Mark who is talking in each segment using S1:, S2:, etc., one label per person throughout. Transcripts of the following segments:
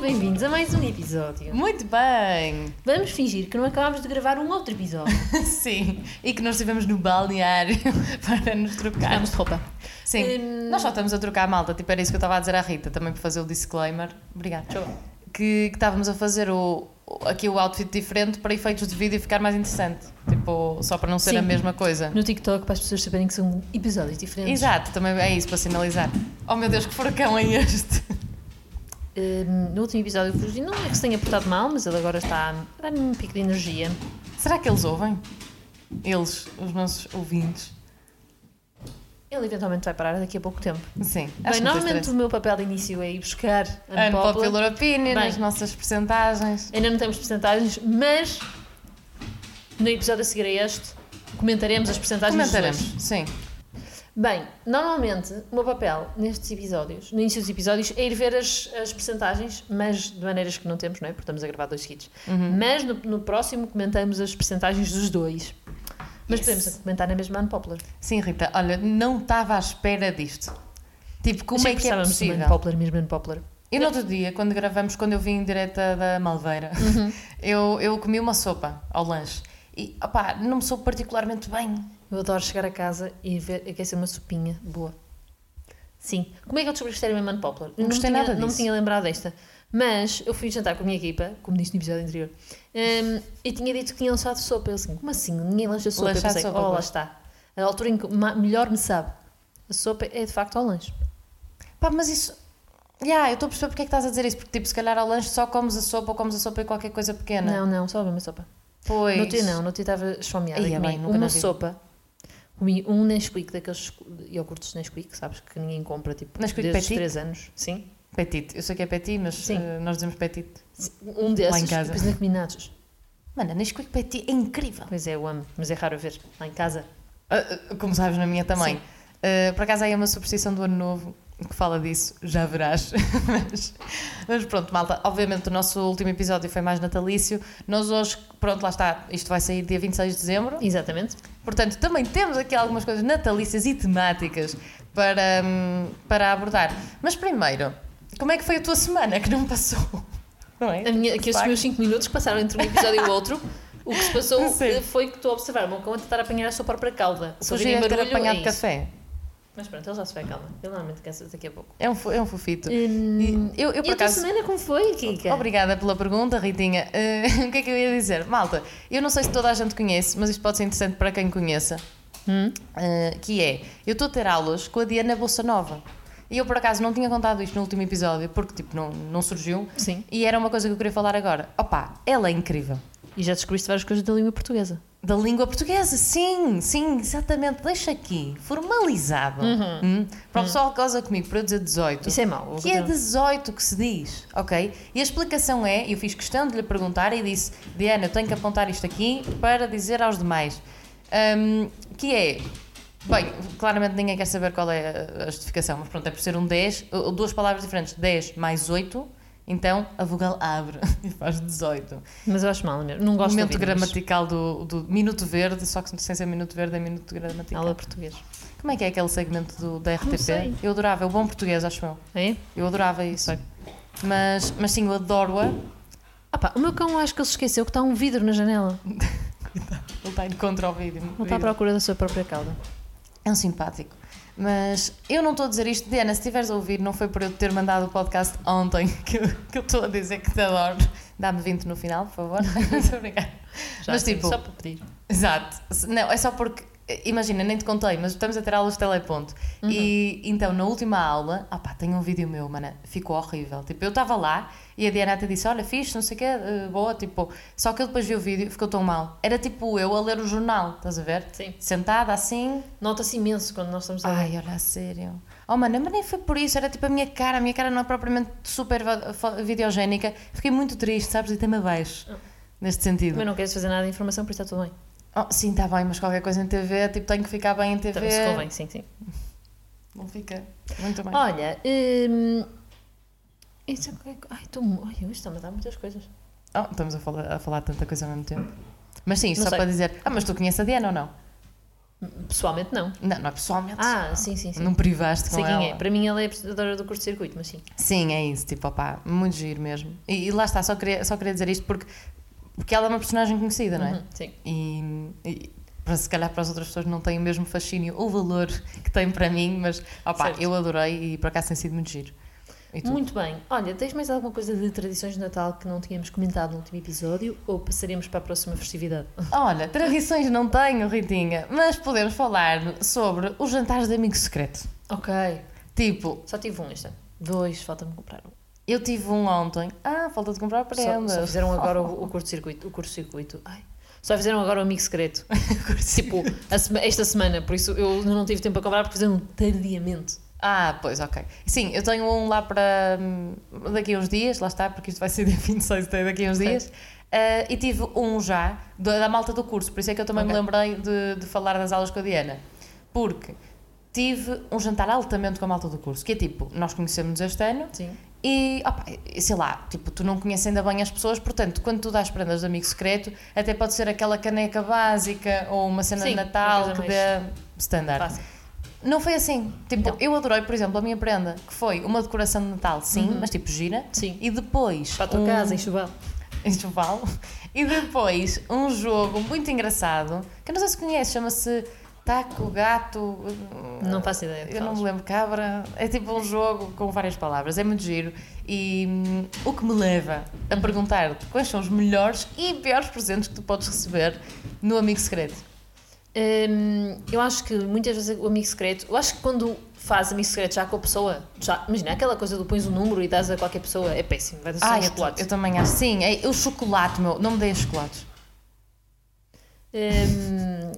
S1: bem-vindos a mais um episódio.
S2: Muito bem!
S1: Vamos fingir que não acabámos de gravar um outro episódio.
S2: Sim, e que nós estivemos no balneário para nos trocar.
S1: Estamos de roupa. Hum.
S2: Sim, nós só estamos a trocar a malta, tipo era isso que eu estava a dizer à Rita, também para fazer o disclaimer. Obrigada.
S1: Tchau.
S2: Que, que estávamos a fazer o, o- aqui o outfit diferente para efeitos de vídeo ficar mais interessante. Tipo, só para não ser
S1: Sim.
S2: a mesma coisa.
S1: No TikTok, para as pessoas saberem que são episódios diferentes.
S2: Exato, também é isso para sinalizar. Oh meu Deus, que furacão é este?
S1: Hum, no último episódio que vos vi, não é que se tenha portado mal, mas ele agora está a dar-me um pico de energia.
S2: Será que eles ouvem? Eles, os nossos ouvintes.
S1: Ele eventualmente vai parar daqui a pouco tempo.
S2: Sim,
S1: Bem,
S2: acho que não tem stress.
S1: normalmente o meu papel de início é ir buscar unpopular.
S2: Unpopular opinion,
S1: Bem.
S2: as nossas percentagens.
S1: Ainda não temos percentagens, mas no episódio a seguir a este comentaremos as percentagens. dos
S2: Comentaremos,
S1: dois.
S2: sim.
S1: Bem, normalmente o meu papel nestes episódios, no início dos episódios, é ir ver as, as percentagens, mas de maneiras que não temos, não é? Porque estamos a gravar dois seguidos.
S2: Uhum.
S1: Mas no, no próximo comentamos as percentagens dos dois. Mas
S2: Yes.
S1: podemos comentar na mesma Unpopular.
S2: Sim, Rita, olha, não estava à espera disto. Tipo, como
S1: Achei
S2: é que é
S1: precisávamos de uma
S2: possível?
S1: Unpopular, mesmo Unpopular.
S2: Eu no outro dia, quando gravamos, quando eu vim em direta da Malveira,
S1: Uhum.
S2: eu, eu comi uma sopa ao lanche e, opá, não me soube particularmente bem.
S1: Eu adoro chegar a casa e ver, aquecer uma sopinha boa. Sim. Como é que eu descobri que isto era mesmo unpopular? Eu
S2: gostei
S1: me tinha,
S2: nada
S1: Não me
S2: disso.
S1: tinha lembrado desta. Mas eu fui jantar com a minha equipa, como disse no episódio anterior, hum, e tinha dito que tinha lanchado sopa. Eu assim, como assim? Ninguém lancha sopa.
S2: Lanchar
S1: eu pensei,
S2: sopa,
S1: oh, lá
S2: pois."
S1: está. A altura em que ma- melhor me sabe. A sopa é de facto ao lanche.
S2: Pá, mas isso... Já, eu estou a perceber porque é que estás a dizer isso, porque tipo, se calhar ao lanche só comes a sopa ou comes a sopa e qualquer coisa pequena.
S1: Não, não, só a mesma sopa.
S2: Pois.
S1: No teu não, no teu estava esfomeada.
S2: Ia
S1: e comi
S2: bem, nunca na
S1: uma
S2: vida.
S1: sopa. Comi um Nesquik daqueles iogurtes Nesquik, sabes, que ninguém compra, tipo,
S2: Nesquik
S1: desde os
S2: Petit?
S1: 3 anos. Sim.
S2: Petit. Eu sei que é petit, mas
S1: Sim.
S2: eh, nós dizemos petit.
S1: Um desses,
S2: Lá em casa.
S1: depois ainda comi nachos.
S2: Mano, a Nesquik petit é incrível.
S1: Pois é, eu amo, mas é raro ver lá em casa.
S2: Ah, ah, Como sabes, na minha também.
S1: Sim.
S2: Ah, por acaso, aí é uma superstição do ano novo que fala disso, já verás. mas, mas pronto, malta, obviamente o nosso último episódio foi mais natalício. Nós hoje, pronto, lá está, isto vai sair dia 26 de dezembro.
S1: Exatamente.
S2: Portanto, também temos aqui algumas coisas natalícias e temáticas para, hum, para abordar. Mas primeiro, como é que foi a tua semana que não passou? Não é?
S1: A minha, aqui os
S2: Facto.
S1: meus 5 minutos que passaram entre um episódio e o outro. O que se passou
S2: Sim.
S1: eh, foi que estou a observar o meu cão a tentar apanhar a sua própria cauda. Se ouvirem
S2: Sugiro ter
S1: barulho,
S2: apanhado
S1: é isso.
S2: café.
S1: Mas pronto, ele já se vai calma. Ele normalmente cansa daqui a pouco.
S2: É um, fo- é um fofito.
S1: Hum,
S2: E eu, eu,
S1: e
S2: por
S1: a tua
S2: acaso,
S1: semana como foi, Kika?
S2: Obrigada pela pergunta, Ritinha. Eh, o que é que eu ia dizer? Malta, eu não sei se toda a gente conhece, mas isto pode ser interessante para quem conheça.
S1: Hum?
S2: eh, que é, eu estou a ter aulas com a Diana Bolsa Nova. E eu, por acaso, não tinha contado isto no último episódio, porque, tipo, não, não surgiu.
S1: Sim.
S2: E era uma coisa que eu queria falar agora. Opa, ela é incrível.
S1: E já descobriste várias coisas da língua portuguesa.
S2: Da língua portuguesa, sim, sim, exatamente. Deixa aqui, formalizado. Hum? Para o pessoal que goza comigo, para eu dizer 18.
S1: Isso é mau.
S2: Que é 18 que se diz, ok? E a explicação é, eu fiz questão de lhe perguntar e disse, Diana, eu tenho que apontar isto aqui para dizer aos demais. Hum, que é, bem, claramente ninguém quer saber qual é a- a justificação, mas pronto, é por ser um 10, ou duas palavras diferentes, 10 mais 8, então a vogal abre e faz 18.
S1: Mas eu acho mal mesmo. Não gosto de
S2: Momento
S1: ouvir, mas
S2: gramatical do, do minuto verde, só que sem ser minuto verde é minuto gramatical.
S1: Aula de português.
S2: Como é que é aquele segmento do, da RTP?
S1: Ah, sei.
S2: Eu adorava, é o bom português, acho eu.
S1: É?
S2: Eu adorava isso. Mas, mas sim, eu adoro-a.
S1: Ah pá, o meu cão acho que ele se esqueceu que está um vidro na janela.
S2: Ele está indo contra o vídeo.
S1: Ele tá está à procura da sua própria cauda.
S2: É um simpático. Mas eu não estou a dizer isto, Diana, se estiveres a ouvir, não foi por eu ter mandado o podcast ontem que eu que eu estou a dizer que te adoro. Dá-me 20 no final, por favor. Muito obrigada. Mas
S1: sim,
S2: tipo,
S1: só para pedir.
S2: Exato. Se- Não, é só porque, eh, imagina, nem te contei, mas estamos a ter aulas de teleponto.
S1: Uhum.
S2: E então, na última aula, ah pá, tem um vídeo meu, mana, ficou horrível. Tipo, eu estava lá e a Diana até disse: Olha, fixe, não sei o quê, eh, boa, tipo. Só que eu depois vi o vídeo e ficou tão mal. Era tipo eu a ler o jornal, estás a ver?
S1: Sim.
S2: Sentada assim.
S1: Nota-se imenso quando nós estamos a ler.
S2: Ai, olha, a sério. Oh, mana, mas nem foi por isso, era tipo a minha cara. A minha cara não é propriamente super va- fo- videogénica. Fiquei muito triste, sabes? E até-me abaixo. Neste sentido.
S1: Ah. Também não queres fazer nada de informação, por isso está tudo bem.
S2: Oh, sim, está bem, mas qualquer coisa em TV, tipo, tenho que ficar bem em TV.
S1: Também Tá, Então, se convém, Ah. sim, sim.
S2: Não fica muito bem.
S1: Olha, hum, isso é qualquer co- Ai, estou. Ai, hoje está-me a dar muitas coisas.
S2: Oh, estamos a falar, a falar tanta coisa ao mesmo tempo. Mas sim, isto
S1: Não
S2: só
S1: sei.
S2: para dizer. Ah, mas tu conheces a Diana ou não?
S1: Pessoalmente, não.
S2: Não, não é pessoalmente.
S1: Ah, sim, sim, sim.
S2: Não privaste com
S1: Sei
S2: ela.
S1: quem é. Para mim, ela é a apresentadora do curto-circuito, mas sim.
S2: Sim, é isso, tipo, opá, muito giro mesmo. E, e lá está, só queria, só queria dizer isto porque, porque ela é uma personagem conhecida, não é?
S1: Uhum, sim.
S2: E, e para, se calhar para as outras pessoas não tem o mesmo fascínio ou valor que tem para mim, mas opá,
S1: Certo.
S2: eu adorei e por acaso tem sido muito giro. E tu?
S1: Muito bem. Olha, tens mais alguma coisa de tradições de Natal que não tínhamos comentado no último episódio ou passaremos para a próxima festividade?
S2: Olha, tradições não tenho, Ritinha, mas podemos falar sobre os jantares de amigo secreto.
S1: Ok.
S2: Tipo,
S1: Só tive um este ano. Dois, falta-me comprar um.
S2: eu tive um ontem. Ah, falta de comprar
S1: Só,
S2: prendas.
S1: só fizeram agora o, o curto-circuito. O curto-circuito. Ai. Só fizeram agora o amigo secreto. tipo, a sema- esta semana. Por isso eu não tive tempo a comprar porque fizeram um tardiamente.
S2: Ah, pois, ok. Sim, eu tenho um lá para hum, daqui a uns dias, lá está, porque isto vai ser dia 26, até daqui a uns
S1: Ok.
S2: dias. Ah, e tive um já da, da malta do curso, por isso é que eu também me
S1: Ok.
S2: lembrei de, de falar das aulas com a Diana. Porque tive um jantar altamente com a malta do curso, que é tipo, nós conhecemos este ano
S1: Sim.
S2: e, opa, sei lá, tipo, tu não conheces ainda bem as pessoas, portanto, quando tu dás prendas de amigo secreto, até pode ser aquela caneca básica ou uma cena
S1: Sim,
S2: de
S1: uma
S2: Natal
S1: coisa
S2: que
S1: mais
S2: dê standard.
S1: Fácil.
S2: Não foi assim. Tipo,
S1: Então.
S2: eu adorei, por exemplo, a minha prenda, que foi uma decoração de Natal, sim, mas tipo gira.
S1: Uhum. Sim.
S2: E depois.
S1: Para a tua
S2: um-
S1: casa, em Chubal.
S2: enxoval. E depois um jogo muito engraçado, que eu não sei se conheces, chama-se Taco Gato. eh,
S1: Não faço ideia do que
S2: Eu não
S1: falas.
S2: me lembro, cabra. É tipo um jogo com várias palavras, é muito giro. E hum, o que me leva a perguntar-te quais são os melhores e piores presentes que tu podes receber no Amigo Secreto.
S1: Hum, eu acho que muitas vezes o amigo secreto, eu acho que quando faz amigo secreto já com a pessoa, já, imagina aquela coisa do pões um número e dás a qualquer pessoa, é péssimo, vai dar só um
S2: Ah, eu,
S1: chocolate.
S2: eu também acho. Sim, é, o chocolate, meu. Não me deem chocolates.
S1: Hum,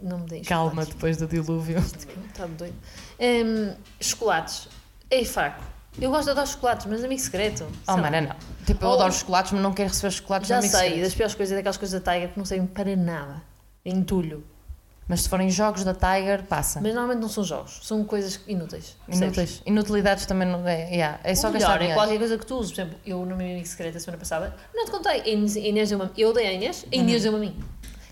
S1: não me deixes.
S2: Calma, depois do dilúvio.
S1: Está Tá doido. Hum, chocolates, é fraco. Eu gosto de adorar chocolates, mas amigo secreto.
S2: Oh,
S1: sei lá.
S2: mana, não. Tipo, eu
S1: Ou-
S2: adoro chocolates, mas não quero receber chocolates no
S1: Já
S2: Amigo
S1: sei,
S2: Secreto.
S1: das piores coisas é daquelas coisas da Tiger que não servem para nada. Entulho.
S2: Mas se forem jogos da Tiger, passa.
S1: Mas normalmente não são jogos, são coisas inúteis. percebes?
S2: Inúteis. Inutilidades também não é. yeah, É só
S1: o
S2: gastar
S1: melhor é
S2: dinheiro.
S1: qualquer coisa que tu uses. Por exemplo, eu no meu amigo secreto da semana passada, não te contei, a Inês, a Inês deu-me a mim. Eu dei a Inês, a Inês deu-me a mim.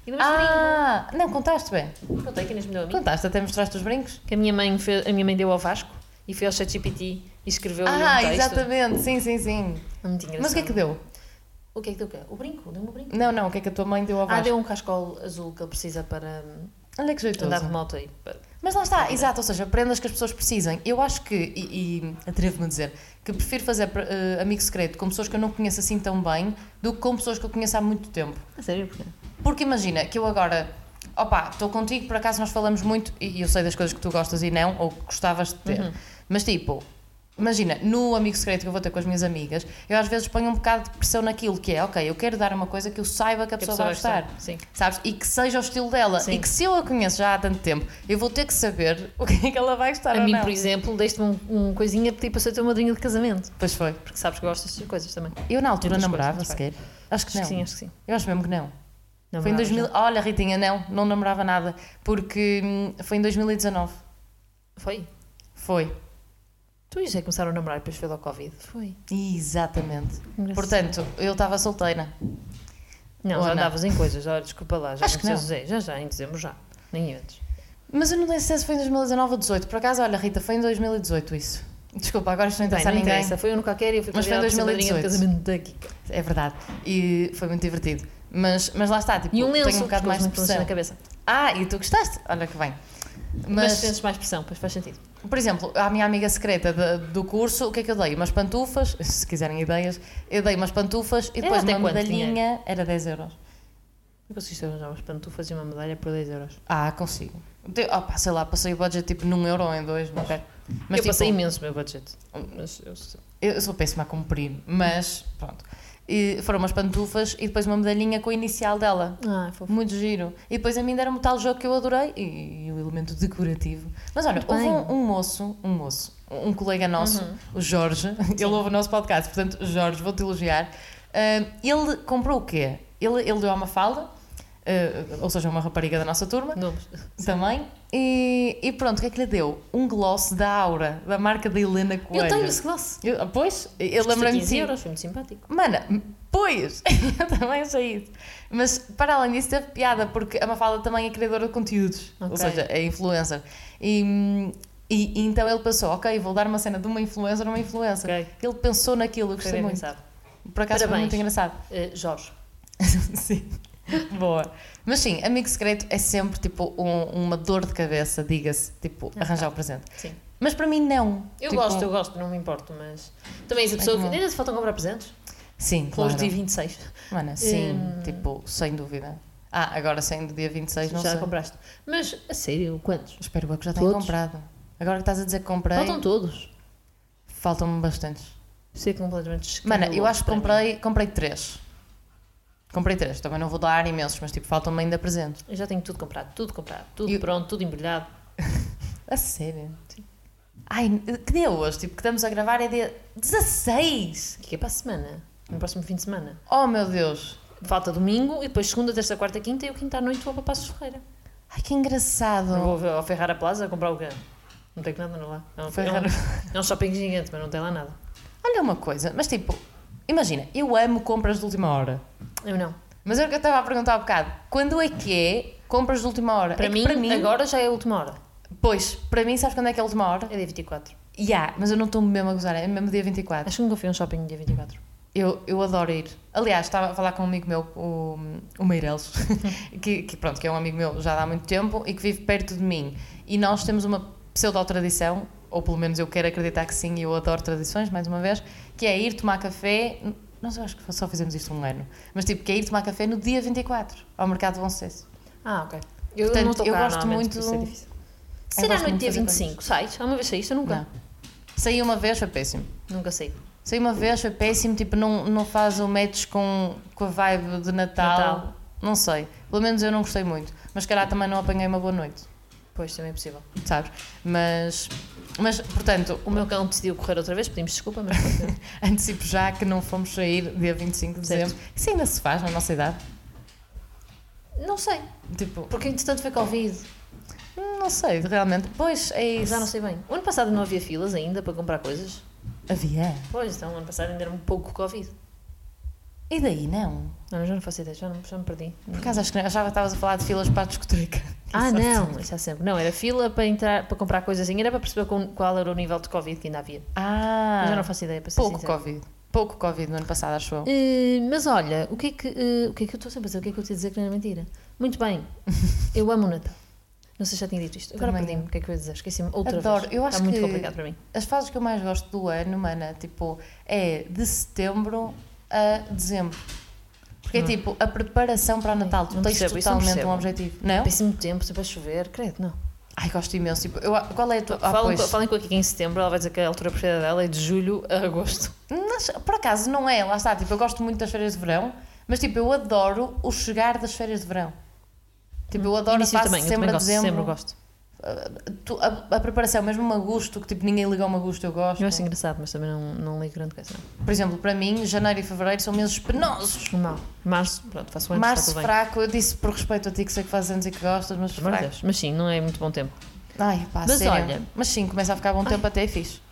S1: E deu-me ah.
S2: Uhum. Ah, não, contaste bem.
S1: Contei que a Inês me deu a mim.
S2: Contaste, até mostraste os brincos.
S1: Que a minha mãe, fez, a minha mãe deu ao Vasco e foi ao ChatGPT e escreveu um
S2: ah,
S1: texto.
S2: exatamente. Sim, sim, sim.
S1: É Muito engraçado.
S2: Mas o que é que deu?
S1: O que é que deu o quê? O brinco, deu-me o brinco.
S2: Não, não, o que é que a tua mãe deu ao
S1: Ah,
S2: Vasco?
S1: deu um cascol azul que ele precisa para hum,
S2: Olha que jeitoso.
S1: andar de moto aí. Para...
S2: Mas lá está, exato, ou seja, prendas que as pessoas precisem. Eu acho que, e, e atrevo-me a dizer, que prefiro fazer eh, amigo secreto com pessoas que eu não conheço assim tão bem do que com pessoas que eu conheço há muito tempo.
S1: A sério, porquê?
S2: Porque imagina que eu agora, opa, estou contigo, por acaso nós falamos muito, e eu sei das coisas que tu gostas e não, ou que gostavas de ter,
S1: Uhum.
S2: mas tipo, imagina, no amigo secreto que eu vou ter com as minhas amigas, eu às vezes ponho um bocado de pressão naquilo que é, ok, eu quero dar uma coisa que eu saiba que a pessoa, vai gostar.
S1: Sim.
S2: Sabes? E que seja o estilo dela.
S1: Sim.
S2: E que se eu a conheço já há tanto tempo, eu vou ter que saber o que é que ela vai gostar
S1: A
S2: ou
S1: mim,
S2: não.
S1: por exemplo, deste-me um, um coisinha que tipo a ser teu madrinho de casamento.
S2: Pois foi.
S1: Porque sabes que eu gosto destas coisas também. Acho
S2: Eu na altura
S1: Outras
S2: namorava,
S1: coisas,
S2: sequer. Acho que
S1: que
S2: não.
S1: sim, acho que sim.
S2: Eu acho mesmo que não.
S1: Não,
S2: Foi em
S1: não,
S2: 2000.
S1: não.
S2: Olha, Ritinha, não, não namorava nada. Porque hum, foi em 2019.
S1: Foi?
S2: Foi.
S1: Tu e o José começaram a namorar depois foi logo Covid. Foi.
S2: Exatamente.
S1: Engraçado.
S2: Portanto, eu estava solteira.
S1: Não,
S2: Ou
S1: já
S2: não?
S1: andavas em coisas, olha, desculpa lá, já
S2: Acho
S1: não
S2: que
S1: sei,
S2: não.
S1: José, já já, em dezembro já, nem antes.
S2: Mas eu não sei se foi em 2019 ou 18. Por acaso, olha, Rita, foi em 2018 isso. Desculpa, agora estou
S1: Bem,
S2: a interessar
S1: não
S2: ninguém.
S1: interessa, foi um no qualquer e eu fui
S2: Mas foi em
S1: convidada para ser madrinha de
S2: 2018.
S1: casamento da Kika.
S2: É verdade. E foi muito divertido. Mas, mas lá está, tipo,
S1: E um lenço,
S2: tenho um bocado mais de pressão.
S1: na cabeça.
S2: Ah, e tu gostaste? Olha que bem.
S1: Mas,
S2: Mas,
S1: sentes mais pressão, pois faz sentido.
S2: por exemplo, à minha amiga secreta da- do curso, o que é que eu dei? Umas pantufas, se quiserem ideias, eu dei umas pantufas e
S1: Era
S2: depois
S1: até
S2: uma
S1: quanto
S2: medalhinha era 10 euros.
S1: Não conseguiste arranjar umas pantufas e uma medalha por 10 euros.
S2: Ah, consigo. Te- Ah, pá, sei lá, passei o budget tipo num euro ou em dois, não quero.
S1: Mas um- eu
S2: tipo,
S1: passei imenso o meu budget. Mas eu,
S2: Um, eu eu sou péssima a cumprir, mas pronto. E foram umas pantufas e depois uma medalhinha com a inicial dela.
S1: ah, fofo.
S2: Muito giro. E depois a mim deram-me tal jogo que eu adorei e, e o elemento decorativo. Mas olha,
S1: Muito
S2: houve
S1: bem. Uhum.
S2: um, um moço, um moço, um colega nosso, o Jorge, ele ouve o nosso podcast, portanto, Jorge, vou-te elogiar. Ah, ele comprou o quê? Ele, ele deu a Mafalda, ah, eh, ou seja, uma rapariga da nossa turma
S1: Nomes.
S2: também. E, e pronto, o que é que lhe deu? Um gloss da Aura, da marca da Helena Coelho.
S1: Eu tenho esse glass.
S2: Eu- ah, pois, eu
S1: Custa
S2: lembrei-me de
S1: 15
S2: ti.
S1: euros, foi muito simpático.
S2: Mana, pois, eu também achei isso. Mas para além disso, teve piada, porque a Mafalda também é criadora de conteúdos, ou
S1: Ok.
S2: seja, é influencer. E, e- e então ele pensou: ok, vou dar uma cena de uma influencer a uma influencer.
S1: Ok.
S2: Ele pensou naquilo, eu
S1: Foi
S2: gostei
S1: bem
S2: muito.
S1: pensado.
S2: Por acaso foi
S1: Parabéns.
S2: muito engraçado.
S1: Eh, Jorge.
S2: sim. Boa. Mas sim, amigo secreto é sempre tipo um- uma dor de cabeça, diga-se, tipo, arranjar o presente.
S1: Sim.
S2: Mas para mim, não.
S1: Eu
S2: Tipo, É
S1: gosto, eu gosto, não me importo, mas. Também és a pessoa que.
S2: como- um-
S1: Ainda se faltam comprar presentes?
S2: Sim,
S1: Claro.
S2: claro.
S1: Hoje dia 26.
S2: Mana, sim,
S1: Hum.
S2: tipo, sem dúvida. Ah, agora saindo dia 26, não
S1: já
S2: sei.
S1: compraste. Mas, a sério, quantos?
S2: Espero bem que já tenha
S1: Todos?
S2: comprado. Agora que estás a dizer que comprei,
S1: Faltam todos.
S2: faltam-me bastantes.
S1: Isso é completamente
S2: Mana, eu
S1: escandaloso
S2: acho que
S1: para mim.
S2: comprei, comprei três. Comprei três, também não vou dar imensos, mas tipo, faltam-me ainda presentes.
S1: Eu já tenho tudo comprado, tudo comprado, tudo
S2: E-
S1: pronto, tudo embrulhado.
S2: A sério? Ai, que dia é hoje? Tipo, que estamos a gravar é dia 16!
S1: Que é para a semana, no próximo fim de semana.
S2: Oh meu Deus!
S1: Falta domingo e depois segunda, terça, quarta, quinta e eu quinta à noite vou para Passos Ferreira.
S2: Ai, que
S1: Não
S2: engraçado!
S1: vou ao Ferrara Plaza comprar o quê? Não tem nada lá. É um,
S2: Ferrara-
S1: é um- é um shopping gigante, mas não tem lá nada.
S2: Olha uma coisa, mas tipo, imagina, eu amo compras de última hora.
S1: Eu não.
S2: Mas era o que eu estava a perguntar há bocado. Quando é que é compras de última hora?
S1: Para,
S2: É que
S1: mim, agora já é a última hora.
S2: Pois, para mim, sabes quando é que é a última hora?
S1: É dia 24.
S2: Ya, mas eu não estou mesmo a gozar, é mesmo dia 24.
S1: Acho que nunca fui a um shopping dia 24.
S2: Eu, eu adoro ir. Aliás, estava a falar com um amigo meu, o, o Meireles, que, que, pronto, que é um amigo meu já há muito tempo e que vive perto de mim. E nós temos uma pseudo-tradição, ou pelo menos eu quero acreditar que sim, e eu adoro tradições, mais uma vez, que é ir tomar café. Nós eu acho que só fizemos isto um ano, mas tipo, que é ir tomar café no dia 24, ao Mercado de Bom Sucesso.
S1: Ah, ok. Eu
S2: Portanto,
S1: não estou
S2: eu
S1: cá
S2: gosto
S1: normalmente, por
S2: muito-
S1: isso é difícil.
S2: Eu
S1: Será
S2: gosto
S1: noite
S2: muito de
S1: dia
S2: fazer
S1: 25? Sais? Alguma vez saíste? Eu nunca.
S2: Não. Saí uma vez, foi péssimo.
S1: Nunca saí.
S2: Saí uma vez, foi péssimo, tipo, não, não faz o match com, com a vibe de Natal.
S1: Natal.
S2: Não sei. Pelo menos eu não gostei muito. Mas se calhar também não apanhei uma boa noite,
S1: Pois, também é possível.
S2: sabes? Mas, mas portanto,
S1: O meu cão decidiu correr outra vez, pedimos desculpa, mas assim. pronto.
S2: antecipo já que não fomos sair dia 25 de
S1: Certo.
S2: dezembro. Isso ainda se faz na nossa idade?
S1: não sei,
S2: Tipo,
S1: porque entretanto foi Covid,
S2: não sei, realmente. Pois, é isso.
S1: já não sei bem. O ano passado não havia filas ainda para comprar coisas.
S2: Havia.
S1: Pois, então o ano passado ainda era um pouco Covid.
S2: E daí não?
S1: Não, já não faço ideia, já, não, já me perdi.
S2: Por acaso acho que achava que estavas a falar de filas para a discoteca.
S1: Ah,
S2: Isso é
S1: não, isso há sempre. Não, era fila para entrar, para comprar coisas assim, era para perceber com- qual era o nível de Covid que ainda havia.
S2: Ah,
S1: Mas já não faço ideia, para ser
S2: pouco
S1: sincera.
S2: Covid. Pouco Covid no ano passado, acho eu.
S1: Eh, mas olha, o que é que, eh, o que é que eu estou sempre a dizer? O que é que eu te ia dizer que não era mentira? Muito bem, eu amo o Natal. Não sei se já tinha dito isto. Agora
S2: Também
S1: perdi-me. O que é que eu ia dizer? Esqueci-me outra
S2: Adoro.
S1: vez.
S2: Eu acho
S1: Está muito
S2: que-
S1: complicado para mim.
S2: As fases que eu mais gosto do ano, mana, tipo, é de setembro a dezembro. Porque é
S1: Não.
S2: tipo a preparação para o Natal. Tu
S1: Hum. não
S2: tens
S1: percebo, isso não
S2: totalmente um
S1: percebo.
S2: objetivo. Não?
S1: Péssimo tempo, sempre a chover, credo, não.
S2: Ai, gosto imenso. Tipo, eu- qual é a tua. Ah,
S1: falem,
S2: pois.
S1: com, falem com a Kiki em setembro, ela vai dizer que a altura preferida dela é de julho a agosto.
S2: Mas, por acaso não é, lá está. Tipo, eu gosto muito das férias de verão, mas tipo, eu adoro o chegar das férias de verão. Tipo, eu adoro
S1: Hum. Início
S2: a fase
S1: também,
S2: de
S1: eu também
S2: setembro a
S1: gosto, sempre
S2: dezembro.
S1: gosto.
S2: Ah, tu- a, a preparação, mesmo o agosto, que tipo, ninguém liga ao agosto, eu gosto.
S1: Eu acho é assim engraçado, mas também não, não ligo grande coisa, não.
S2: Por exemplo, para mim, janeiro e fevereiro são meses penosos.
S1: Normal. Março, pronto, faço antes,
S2: Março
S1: está tudo bem.
S2: fraco, eu disse por respeito a ti que sei que fazes anos e que gostas, mas
S1: Pelo amor de
S2: fraco.
S1: Deus. Mas sim, não é muito bom tempo.
S2: Ai, pá,
S1: Mas
S2: sério.
S1: olha-
S2: Mas sim, começa a ficar bom tempo até é fixe.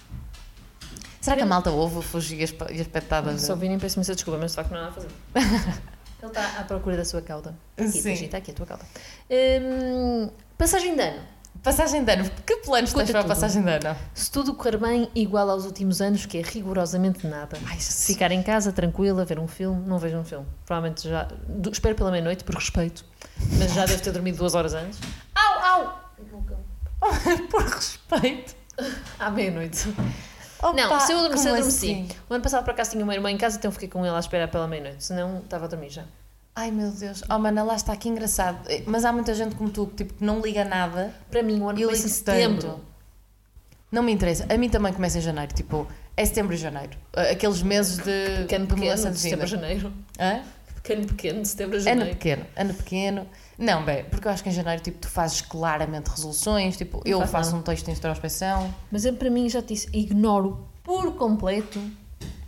S2: Será que a
S1: Eu-
S2: malta ouve o Fuji e as pa- e as petadas?
S1: Só virem peço-me essa desculpa, mas de facto não há nada a fazer. é. Ele está à procura da sua cauda. Aqui,
S2: Sim.
S1: Sim. está aqui a tua cauda. Hum, passagem de ano.
S2: Passagem de ano, que planos tens
S1: Conta
S2: para a
S1: tudo.
S2: passagem de ano?
S1: Se tudo correr bem, igual aos últimos anos, que é rigorosamente nada.
S2: Ai, sim.
S1: Ficar em casa, tranquila, ver um filme, não vejo um filme. Provavelmente já. du- espero pela meia-noite, por respeito. Mas já devo ter dormido duas horas antes.
S2: Au, au! por respeito.
S1: À meia-noite.
S2: Opa,
S1: não, se eu adormeci,
S2: como
S1: adormeci.
S2: assim?
S1: O ano passado, por acaso, tinha uma irmã em casa, então fiquei com ela à espera pela meia-noite. Senão, estava a dormir já.
S2: Ai meu Deus, oh mana, lá está, que engraçado. Eh, Mas há muita gente como tu que tipo, não liga nada
S1: Para mim, o ano
S2: E
S1: começa em
S2: ligo tanto.
S1: setembro.
S2: é Não me interessa. A mim também começa em janeiro, tipo, é setembro e janeiro. Ah, Aqueles meses de,
S1: Pequeno,
S2: de
S1: pequeno,
S2: mudança
S1: de
S2: de vida.
S1: setembro a janeiro.
S2: Hã?
S1: Pequeno, pequeno, de setembro a
S2: Ano
S1: janeiro.
S2: pequeno, ano pequeno. Não, bem, porque eu acho que em janeiro, tipo, tu fazes claramente resoluções, tipo, eu
S1: faço
S2: faço
S1: nada.
S2: um texto de introspeção.
S1: Mas eu, para mim, já te disse, ignoro por completo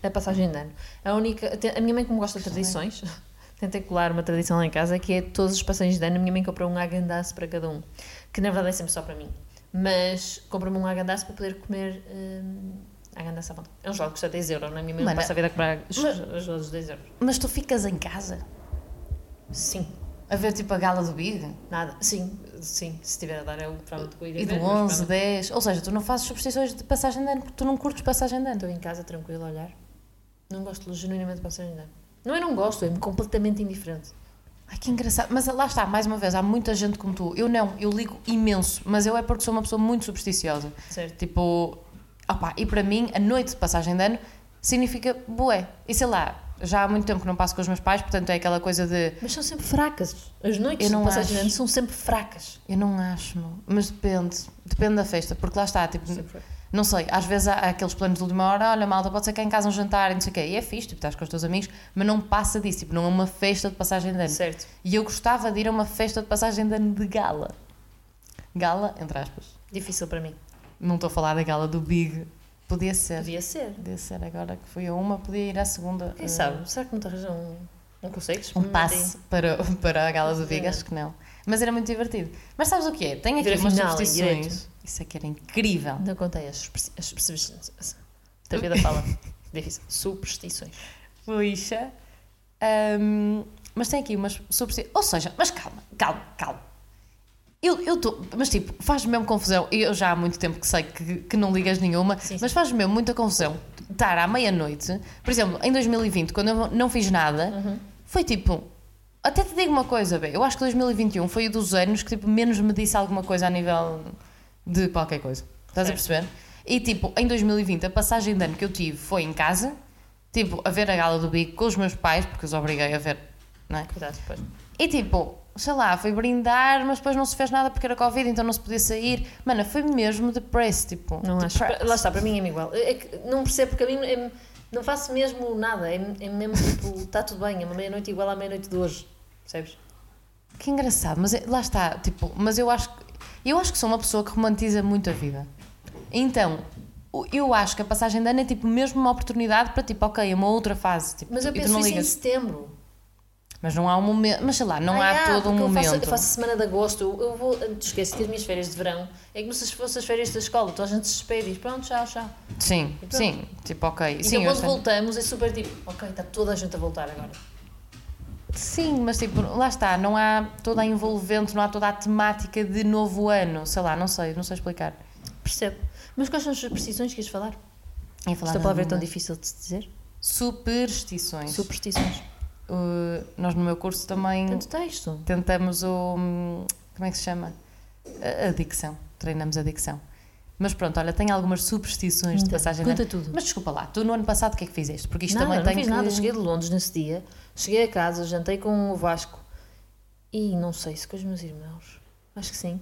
S1: a passagem de ano. A única. A minha mãe, como gosta de tradições, Tentei colar uma tradição lá em casa que é todos os passeios de ano, a minha mãe comprou um agandaço para cada um, que na verdade é sempre só para mim. Mas comprou-me um agandaço para poder comer hum, agandaço à vontade. É um gelado que custa 10 euros, não é? A minha mãe não
S2: Mano,
S1: passa a vida a comprar os
S2: mas-
S1: os gelados de 10 euros.
S2: Mas tu ficas em casa
S1: Sim,
S2: a ver tipo a gala do Big
S1: nada. Sim, sim. Se tiver a dar, é eu provavelmente vou ir a
S2: e do
S1: ver, mas
S2: 11,
S1: provavelmente
S2: 10. Ou seja, tu não fazes substituições de passagem de ano porque tu não curtes passagem de ano.
S1: Estou Então, em casa tranquila a olhar. Não gosto genuinamente de passeios de ano. Não é não gosto, é-me completamente indiferente.
S2: Ai, que engraçado. Mas lá está, mais uma vez, há muita gente como tu. Eu não, eu ligo imenso, mas eu é porque sou uma pessoa muito supersticiosa.
S1: Certo?
S2: Tipo, opá, e para mim, a noite de passagem de ano significa bué. E sei lá, já há muito tempo que não passo com os meus pais, portanto é aquela coisa de
S1: Mas são sempre fracas. As noites
S2: Eu
S1: de
S2: não
S1: passagem de
S2: acho.
S1: ano são sempre fracas.
S2: eu não acho, meu. mas depende, depende da festa, porque lá está, tipo,
S1: Sempre fracas.
S2: não sei, às vezes há aqueles planos de última hora, olha malta, pode ser cá em casa um jantar e não sei o quê, e é fixe, tipo, estás com os teus amigos, mas não passa disso, tipo, não é uma festa de passagem de ano.
S1: Certo.
S2: E eu gostava de ir a uma festa de passagem de ano de gala. Gala, entre aspas.
S1: Difícil para mim.
S2: Não estou a falar da gala do Big. Podia ser.
S1: Devia ser.
S2: Podia ser agora que fui a uma, podia ir à segunda.
S1: Quem
S2: eh,
S1: sabe? Será que não te arranjas um. Não consegues? Hum,
S2: Um passe para, para a gala do Big,
S1: É.
S2: acho que não. Mas era muito divertido. Mas sabes o que é? Tem aqui
S1: Ver a
S2: umas
S1: final em
S2: substituições.
S1: direto.
S2: Isso é que era incrível.
S1: Não contei as supersti- as superstições. Terapia da fala. Difícil. Superstições.
S2: Puxa. Ahm, mas tem aqui umas substituições. Ou seja, mas calma, calma, calma. Eu estou. Mas tipo, faz-me mesmo confusão. Eu já há muito tempo que sei que, que não ligas nenhuma,
S1: Sim, sim.
S2: mas faz-me mesmo muita confusão estar à meia-noite. Por exemplo, em 2020, quando eu não fiz nada,
S1: Uhum.
S2: foi tipo. Até te digo uma coisa, bem, eu acho que 2021 foi o dos anos que tipo, menos me disse alguma coisa a nível de qualquer coisa. Estás a
S1: Certo.
S2: perceber? E tipo, em 2020, a passagem de ano que eu tive foi em casa, tipo, a ver a gala do bico com os meus pais, porque os obriguei a ver, não é?
S1: Cuidado depois.
S2: E tipo, sei lá, foi brindar, mas depois não se fez nada porque era Covid, então não se podia sair. Mano, foi mesmo depressed, tipo.
S1: Não acho.
S2: depressed.
S1: Lá está, para mim é igual. É que não percebo porque a mim é- não faço mesmo nada. É, é mesmo tipo, está tudo bem, é uma meia-noite igual à meia-noite de hoje. Percebes?
S2: Que engraçado, mas é- lá está, tipo, mas eu acho que eu acho que sou uma pessoa que romantiza muito a vida. Então, o- eu acho que a passagem de ano é tipo mesmo uma oportunidade para tipo, ok, é uma outra fase, tipo,
S1: Mas eu
S2: e tu
S1: penso
S2: não
S1: isso em
S2: ligas.
S1: setembro.
S2: Mas não há um momento, mas sei lá, não
S1: Ai,
S2: há
S1: ah,
S2: todo um
S1: porque eu
S2: momento.
S1: faço- Eu faço, a semana de agosto, eu, eu vou. Te esqueci, tive as minhas férias de verão. É como se fossem as férias da escola, toda a gente se espera e diz pronto, tchau, tchau.
S2: Sim,
S1: pronto.
S2: sim, tipo, ok.
S1: Então
S2: sim, eu
S1: quando
S2: sei.
S1: voltamos é super tipo, ok, está toda a gente a voltar agora.
S2: Sim, mas tipo, lá está, não há toda a envolvente, não há toda a temática de novo ano, sei lá, não sei, não sei explicar.
S1: Percebo. Mas quais são as superstições que ias falar? É
S2: Ia falar
S1: Esta palavra é
S2: nada,
S1: tão
S2: não
S1: difícil de se dizer.
S2: Superstições.
S1: Superstições.
S2: Uh, nós no meu curso também
S1: Tanto texto.
S2: tentamos o. hum, Como é que se chama? A, a dicção. Treinamos a dicção. Mas pronto, olha, tem algumas superstições de
S1: Então,
S2: passagem de
S1: conta
S2: ano.
S1: tudo.
S2: Mas desculpa lá, tu no ano passado o que é que fizeste? Porque isto
S1: nada,
S2: também
S1: não
S2: tem
S1: fiz
S2: que...
S1: nada. Cheguei de Londres nesse dia, cheguei a casa, jantei com o Vasco e não sei se com os meus irmãos. Acho que sim.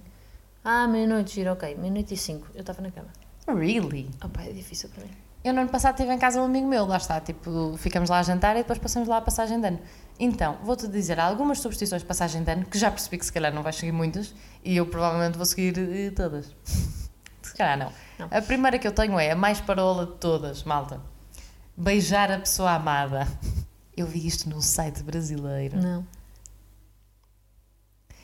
S1: Ah, meia-noite, giro, ok. Meia-noite e cinco. Eu estava na cama.
S2: Really?
S1: Oh, pá, é difícil para mim.
S2: Eu no ano passado tive em casa um amigo meu, lá está, tipo, ficamos lá a jantar e depois passamos lá a passagem de ano. Então, vou-te dizer algumas substituições de passagem de ano, que já percebi que se calhar não vais seguir muitas, e eu provavelmente vou seguir eh, todas. Se calhar não.
S1: Não.
S2: A primeira que eu tenho é a mais parola de todas, malta. Beijar a pessoa amada. Eu vi isto num site brasileiro.
S1: Não.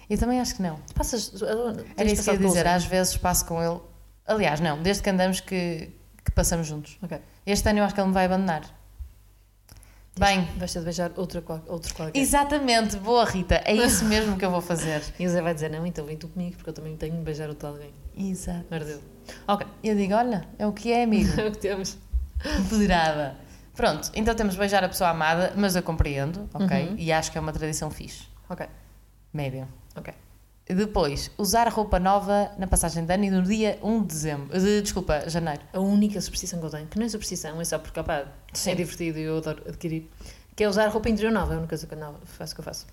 S2: Eu também acho que não.
S1: Tu ah, passas.
S2: Era
S1: Era
S2: isso que eu ia dizer, às vezes passo com ele. Aliás, não, desde que andamos que, que passamos juntos.
S1: Ok.
S2: Este ano eu acho que ele me vai abandonar. Bem,
S1: Vais ter de beijar outra, qual- outro qualquer.
S2: Exatamente, boa Rita, é isso mesmo que eu vou fazer.
S1: E o Zé vai dizer: não, então vem tu comigo, porque eu também tenho de beijar outro alguém.
S2: Exato.
S1: Ardeu. Ok.
S2: Eu digo, olha, é o que é, amigo,
S1: É o que temos.
S2: empoderada. Pronto, então temos beijar a pessoa amada, mas eu compreendo, ok?
S1: Uhum.
S2: E acho que é uma tradição fixe,
S1: Ok.
S2: média.
S1: Ok.
S2: Depois, usar roupa nova na passagem de ano e no dia 1 de dezembro, de, desculpa, janeiro.
S1: A única superstição que eu tenho, que não é superstição, é só porque opá, é
S2: Sim.
S1: divertido e eu adoro adquirir, que é usar roupa interior nova. É a única coisa que eu, nova, faço, que eu faço.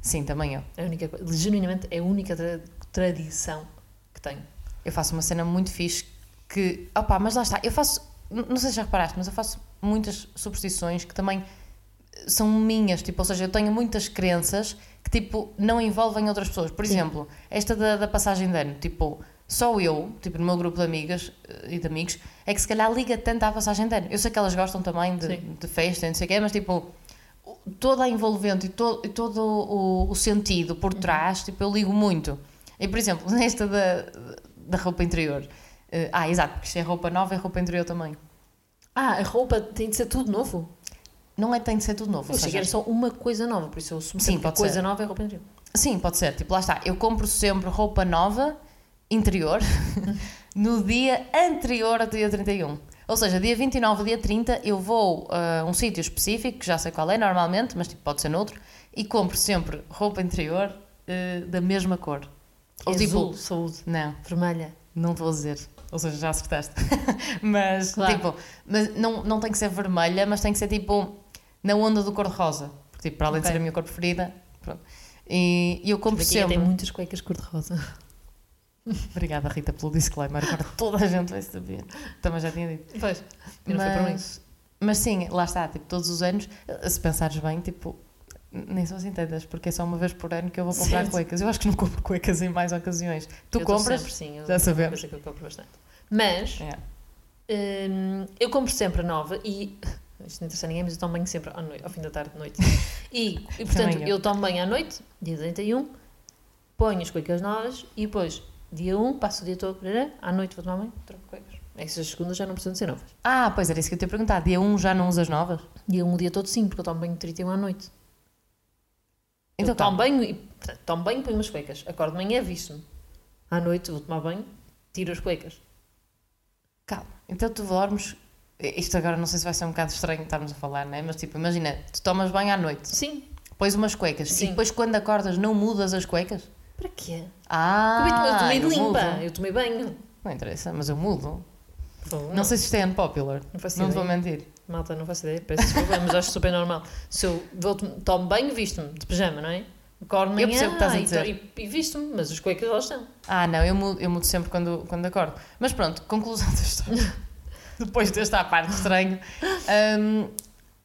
S2: Sim, também eu.
S1: É a única coisa. Genuinamente é a única tra- tradição que tenho.
S2: Eu faço uma cena muito fixe que. Opá, mas lá está. Eu faço. n- Não sei se já reparaste, mas eu faço muitas superstições que também eh, são minhas. Tipo, ou seja, eu tenho muitas crenças que, tipo, não envolvem outras pessoas. Por
S1: Sim.
S2: exemplo, esta da, da passagem de ano. Tipo, só eu, tipo, no meu grupo de amigas eh, e de amigos, é que se calhar liga tanto à passagem de ano. Eu sei que elas gostam também de,
S1: Sim.
S2: de festa e não sei o quê, mas tipo. o- toda a envolvente e to- e todo o, o sentido
S1: Uhum.
S2: por trás, tipo, eu ligo muito. E, por exemplo, nesta da, da roupa interior. eh, ah, exato, porque isto é roupa nova e roupa interior também.
S1: Ah, a roupa tem de ser tudo novo?
S2: Não é que tem de ser tudo novo.
S1: Eu
S2: ou seja,
S1: achei que era só uma coisa nova, por isso eu assumo
S2: Sim,
S1: sempre
S2: pode
S1: que coisa
S2: ser.
S1: nova é roupa interior.
S2: Sim, pode ser. Tipo, lá está. Eu compro sempre roupa nova, interior, no dia anterior ao dia 31. Ou seja, dia 29, dia 30, eu vou a um sítio específico, que já sei qual é normalmente, mas tipo, pode ser noutro, e compro sempre roupa interior eh, da mesma cor. Ou tipo,
S1: É Azul, saúde,
S2: não,
S1: vermelha.
S2: não vou dizer. Ou seja, já acertaste. mas,
S1: Claro.
S2: tipo, mas não, não tem que ser vermelha, mas tem que ser tipo na onda do cor-de-rosa. Porque, tipo, para além de
S1: Ok.
S2: ser a minha cor preferida, pronto. E e eu compro
S1: Porque Tipo, aqui
S2: sempre.
S1: tem muitas cuecas cor-de-rosa.
S2: Obrigada, Rita, pelo disclaimer. Agora toda a gente vai saber. Também já tinha dito.
S1: Pois, e não foi para mim.
S2: mas sim, lá está, tipo, todos os anos, se pensares bem, tipo, nem são assim tantas, porque é só uma vez por ano que eu vou comprar
S1: Certo.
S2: cuecas. Eu acho que não compro cuecas em mais ocasiões. Tu
S1: Eu dou
S2: compras?
S1: Sempre, sim, eu- é
S2: Já
S1: uma
S2: sabemos.
S1: coisa que eu compro bastante. Mas,
S2: É.
S1: hum, eu compro sempre a nova e... Isto não interessa a ninguém, mas eu tomo banho sempre à noite, ao fim da tarde, de noite. E, e, portanto,
S2: Também eu.
S1: eu tomo banho à noite, dia 31, ponho as cuecas novas e depois, dia 1, passo o dia todo, brará, à noite vou tomar banho, troco cuecas. Essas segundas já não precisam de ser novas.
S2: Ah, pois era isso que eu te ia perguntar. Dia 1 já não usas novas?
S1: Dia 1, o dia todo sim, porque eu tomo banho 31 à noite.
S2: Então
S1: eu tomo
S2: calma.
S1: banho e portanto, tomo banho ponho umas cuecas. Acordo de manhã, visto-me. À noite vou tomar banho, tiro as cuecas.
S2: calma. Então tu dormes. Isto agora não sei se vai ser um bocado estranho estarmos a falar, né? Mas tipo, imagina, tu tomas banho à noite,
S1: Sim.
S2: pões umas cuecas e
S1: Sim.
S2: depois quando acordas não mudas as cuecas?
S1: Para quê?
S2: Ah,
S1: eu tomei de
S2: eu
S1: limpa,
S2: mudo.
S1: eu tomei banho.
S2: Não interessa, mas eu mudo.
S1: Não,
S2: Não
S1: não,
S2: sei se isto é unpopular.
S1: faço
S2: Não te vou
S1: ideia.
S2: mentir.
S1: Malta, não faço ideia, peço desculpa, mas acho super normal. Se eu vou, tomo banho, visto-me, de pijama, não é? Acordo de manhã
S2: Eu percebo o que estás a
S1: e
S2: dizer.
S1: to- e, e visto-me, mas as cuecas lá estão.
S2: Ah, não, eu mudo, eu mudo sempre quando, quando acordo. Mas pronto, conclusão da história. Depois desta parte estranha. Um,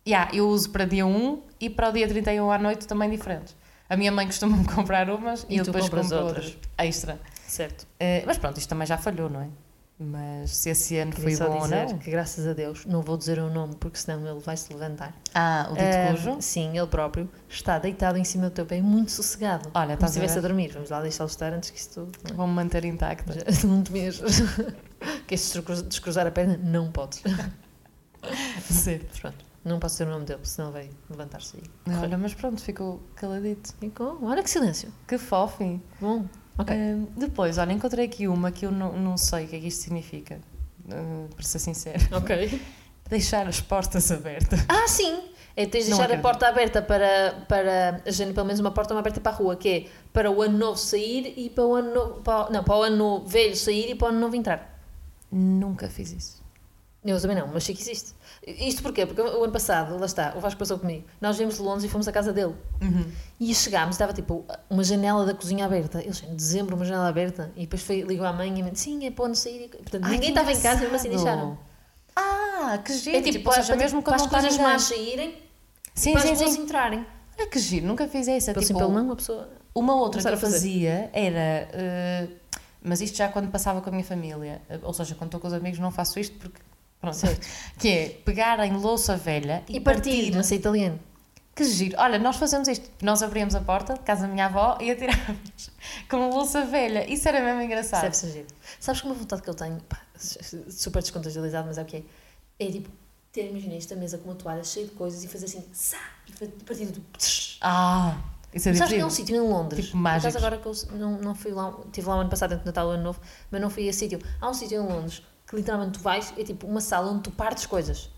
S2: yeah, eu uso para dia 1 e para o dia 31 à noite também diferentes. A minha mãe costuma-me comprar umas e,
S1: E
S2: eu
S1: tu
S2: depois
S1: compras
S2: compro outras.
S1: outras.
S2: Extra.
S1: Certo.
S2: Eh, mas pronto, isto também já falhou, não é? Mas se esse ano
S1: Queria
S2: foi
S1: só
S2: bom ou
S1: dizer
S2: não.
S1: que, graças a Deus, não vou dizer o nome porque senão ele vai se levantar.
S2: Ah, o dito
S1: Ah,
S2: cujo.
S1: Sim, ele próprio está deitado em cima do teu pé, muito sossegado.
S2: Olha,
S1: Como
S2: estás
S1: se
S2: a
S1: estivesse a
S2: ver?
S1: dormir. Vamos lá deixá-lo estar antes que isto. Não
S2: Vou-me manter intacta.
S1: é? Já- Não te mexas. que este descruz- descruzar a perna, não podes.
S2: Sim.
S1: Mas pronto, não posso dizer o nome dele, senão vai levantar-se aí.
S2: Olha, mas pronto, ficou caladito.
S1: Ficou. Olha que silêncio.
S2: Que fofinho.
S1: Bom, ok.
S2: Ahm, depois, olha, encontrei aqui uma que eu não, não sei o que é que isto significa, ah, para ser sincero.
S1: Ok.
S2: Deixar as portas abertas.
S1: Ah, sim! É, tens de
S2: Não
S1: deixar a
S2: acredito.
S1: porta aberta para, para a gente, pelo menos uma porta uma aberta para a rua, que é para o ano novo sair e para o ano novo. Para, o- não, para o ano novo velho sair e para o ano novo entrar.
S2: Nunca fiz isso.
S1: Eu também não, mas sei que existe. Isto porquê? Porque o ano passado, lá está, o Vasco passou comigo. Nós viemos de Londres e fomos à casa dele.
S2: Uhum.
S1: E chegámos, estava tipo uma janela da cozinha aberta. Eles, em dezembro, uma janela aberta. E depois foi, ligou à mãe e me disse: sim, é para onde sair. Portanto,
S2: Ai, que
S1: ninguém estava em casa e mesmo assim
S2: engraçado.
S1: deixaram.
S2: Ah, que giro.
S1: É tipo, para, para,
S2: mesmo
S1: para
S2: quando
S1: as
S2: não está
S1: coisas
S2: ninguém.
S1: más saírem,
S2: Sim,
S1: para
S2: sim,
S1: as boas
S2: sim.
S1: entrarem.
S2: Olha que giro, nunca fiz essa.
S1: Pelo sim,
S2: tipo,
S1: pelo não, uma pessoa.
S2: Uma outra que
S1: Começar
S2: eu
S1: a fazer.
S2: fazia era. eh, mas isto já quando passava com a minha família, eh, ou seja, quando estou com os amigos, não faço isto porque. Pronto. Que é pegar em louça velha
S1: E partir, não é? sei italiano.
S2: Que giro. Olha, nós fazemos isto. Nós abríamos a porta de casa da minha avó e atirávamos com louça velha. Isso é era mesmo engraçado.
S1: Percebes ser giro. Sabes que uma vontade que eu tenho, pá, super descontagilizado, mas é o que é? É tipo, ter, imagina, esta mesa com uma toalha cheia de coisas e fazer assim, sá, e fa- partir do. Sabes
S2: Ah, isso é
S1: que é
S2: divertido.
S1: um sítio em Londres?
S2: Tipo
S1: Por acaso
S2: mágicos.
S1: agora que eu não, não fui lá, estive lá o ano passado, entre Natal e Ano Novo, mas não fui a esse sítio. Há um sítio em Londres que literalmente tu vais, é tipo uma sala onde tu partes coisas.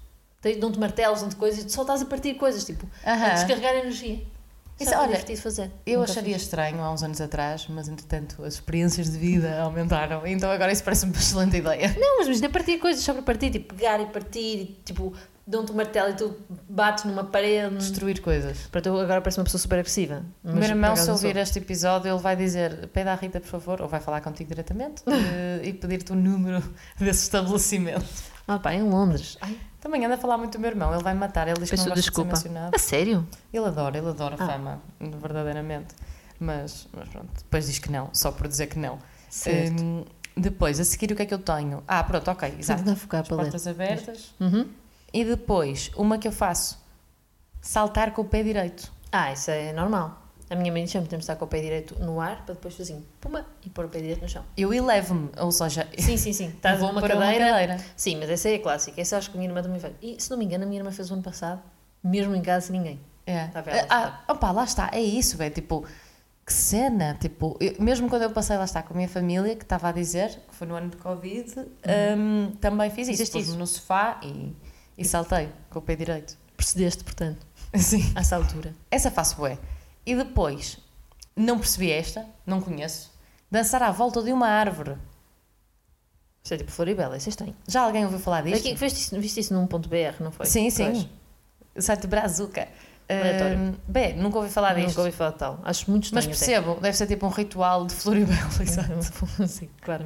S1: Tem- Dão-te martelos, dão-te coisas, e tu só estás a partir coisas, tipo,
S2: Aham.
S1: a descarregar energia.
S2: Isso,
S1: Isso, olha,
S2: olha,
S1: divertido fazer.
S2: Eu
S1: Nunca
S2: acharia
S1: fiz.
S2: estranho há uns anos atrás, mas entretanto as experiências de vida aumentaram. Então agora isso parece-me uma excelente ideia.
S1: Não, mas imagina partir coisas, só para partir, tipo pegar e partir, e, tipo, dão-te um martelo e tu bates numa parede.
S2: Destruir coisas.
S1: Pronto, eu agora parece uma pessoa super agressiva.
S2: O
S1: mas
S2: meu
S1: por
S2: irmão,
S1: acaso
S2: se
S1: não sou.
S2: ouvir este episódio, ele vai dizer: pede à Rita, por favor, ou vai falar contigo diretamente eh, e pedir-te o número desse estabelecimento.
S1: Ah, pá, em Londres. Ai,
S2: Também anda a falar muito do meu irmão, ele vai me matar, ele diz que não
S1: Peço
S2: gosta
S1: desculpa.
S2: de ser mencionado.
S1: a sério?
S2: Ele adora, ele adora a
S1: Ah.
S2: fama, verdadeiramente. Mas, mas pronto, depois diz que não, só por dizer que não.
S1: Certo.
S2: Hum, depois, a seguir, o que é que eu tenho? Ah, pronto, ok,
S1: Exato. Uhum.
S2: exato.
S1: Tentar focar para ler.
S2: Portas abertas.
S1: Uhum.
S2: E depois, uma que eu faço saltar com o pé direito.
S1: Ah, isso é normal. A minha mãe chama-me temos de estar com o pé direito no ar para depois fazer assim, puma, e pôr o pé direito no chão.
S2: Eu elevo-me, ou seja,
S1: Sim, sim, sim. Estás
S2: vou
S1: numa
S2: para
S1: cadeira.
S2: uma cadeira.
S1: Sim, mas essa é a clássica. Essa acho que a minha irmã também faz. E se não me engano, a minha irmã fez o ano passado, mesmo em casa sem ninguém.
S2: É.
S1: Tá a ver, lá
S2: ah, opa, lá está, é isso, velho. Tipo, que cena. Tipo, eu- mesmo quando eu passei lá está com a minha família, que estava a dizer que foi no ano de Covid, hum, também fiz isso.
S1: Uhum. Fizeste
S2: Pus-me
S1: isso? Tipo
S2: no sofá e, e saltei com o pé direito.
S1: Percebeste, portanto,
S2: Sim.
S1: a essa altura.
S2: Essa faço bué. E depois, não percebi esta, não conheço, dançar à volta de uma árvore.
S1: Isso é tipo Floribela, isso é estranho.
S2: Já alguém ouviu falar disto?
S1: Aqui, viste, isso, viste isso num ponto BR, não foi?
S2: sim, sim.
S1: Pois.
S2: Site Brazuca.
S1: Aleatório.
S2: Hum, bem, nunca ouvi falar disto.
S1: Nunca ouvi falar de tal. Acho muito
S2: Mas
S1: estranho.
S2: percebo, deve ser tipo um ritual de Floribela, exato.
S1: percebo. sim, claro.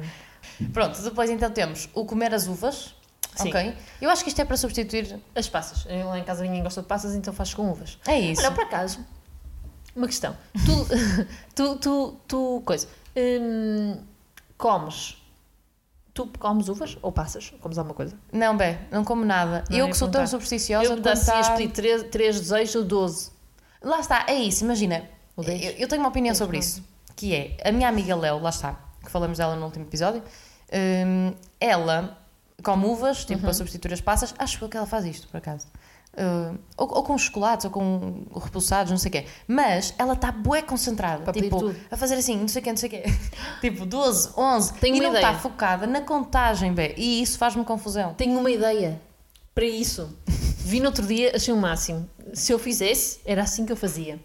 S2: Pronto, depois então temos o comer as uvas.
S1: Sim.
S2: Ok. Eu acho que isto é para substituir.
S1: As passas. Eu, lá em casa ninguém gosta de passas, então faz com uvas.
S2: É isso.
S1: Olha, por acaso, uma questão. Tu, tu, tu, tu coisa, hum, comes, tu comes uvas ou passas? Comes alguma coisa?
S2: Não, bem, não como nada.
S1: Não
S2: eu
S1: ia
S2: que sou tão
S1: perguntar.
S2: supersticiosa.
S1: eu assim, me
S2: quando
S1: dá-se
S2: tá-
S1: a pedir 3 desejos ou 12.
S2: Lá está, é isso, imagina.
S1: O
S2: Eu,
S1: deixo.
S2: eu tenho uma opinião
S1: Deixo
S2: sobre
S1: não.
S2: isso. Que é, a minha amiga Léo, lá está, que falamos dela no último episódio, hum, ela come uvas,
S1: Uhum.
S2: tipo, para substituir as passas. Acho eu que ela faz isto, por acaso. Hum, ou, ou com chocolates, ou com repulsados, não sei o quê. Mas ela está bué concentrada,
S1: Para pedir
S2: tipo,
S1: tudo.
S2: a fazer assim, não sei o quê, não sei o quê. tipo, 12, 11.
S1: Tenho
S2: e
S1: uma
S2: não
S1: ideia.
S2: está focada na contagem, bem. E isso faz-me confusão.
S1: Tenho uma ideia para isso. Vi no outro dia, achei o máximo. Se eu fizesse, era assim que eu fazia.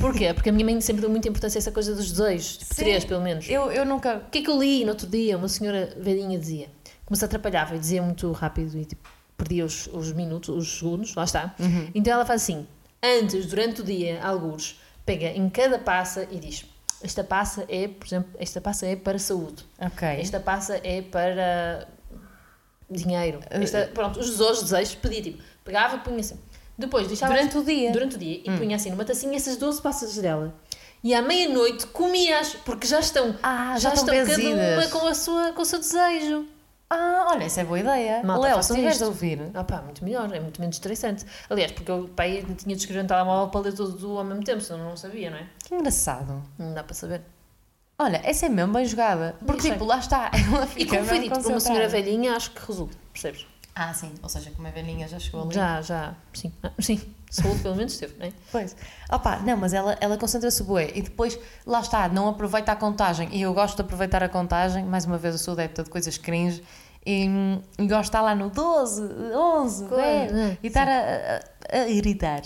S1: Porquê? Porque a minha mãe sempre deu muita importância a essa coisa dos desejos, tipo
S2: Sim.
S1: 3 pelo menos.
S2: Eu, eu nunca...
S1: O que é que eu li no outro dia? Uma senhora velhinha dizia, como se atrapalhava e dizia muito rápido e tipo, perdia os, os minutos, os segundos, lá está.
S2: Uhum.
S1: Então ela faz assim: antes, durante o dia, alguns, pega em cada passa e diz: esta passa é, por exemplo, esta passa é para saúde,
S2: Ok.
S1: esta passa é para dinheiro.
S2: Eh,
S1: Esta, pronto, os desejos, desejos, pedia tipo, pegava e punha assim. Depois deixava assim,
S2: Durante o dia. Hum.
S1: durante o dia e punha assim numa tacinha essas 12 passas dela. E à meia-noite comias, porque já estão,
S2: Ah, já estão
S1: cada
S2: benzidas.
S1: uma com, a sua, com o seu desejo.
S2: Ah, olha, essa é boa ideia.
S1: Malta,
S2: Léo, se
S1: façam
S2: estiveres
S1: isto.
S2: a ouvir,
S1: Ah pá, muito melhor, é muito menos estressante. Aliás, porque eu pai tinha de escrever um telemóvel para ler tudo ao mesmo tempo, senão não sabia, não é?
S2: que engraçado.
S1: Não dá para saber.
S2: Olha, essa é mesmo bem jogada. Porque,
S1: Isso é.
S2: tipo, lá está, ela
S1: E
S2: fica
S1: como foi
S2: mesmo
S1: dito por uma senhora
S2: concentrada.
S1: velhinha, acho que resulta, percebes?
S2: Ah, sim, ou seja, como a velhinha já chegou ali.
S1: Já, já, sim, Ah, sim. Saúde pelo menos teve, não é?
S2: Pois. Opa, não, mas ela, ela concentra-se bué e depois, lá está, não aproveita a contagem. E eu gosto de aproveitar a contagem, mais uma vez eu sou adepta de coisas cringe, e, hum, gosto de estar lá no 12, 11,
S1: Claro,
S2: 10,
S1: né?
S2: e estar a, a- a irritar.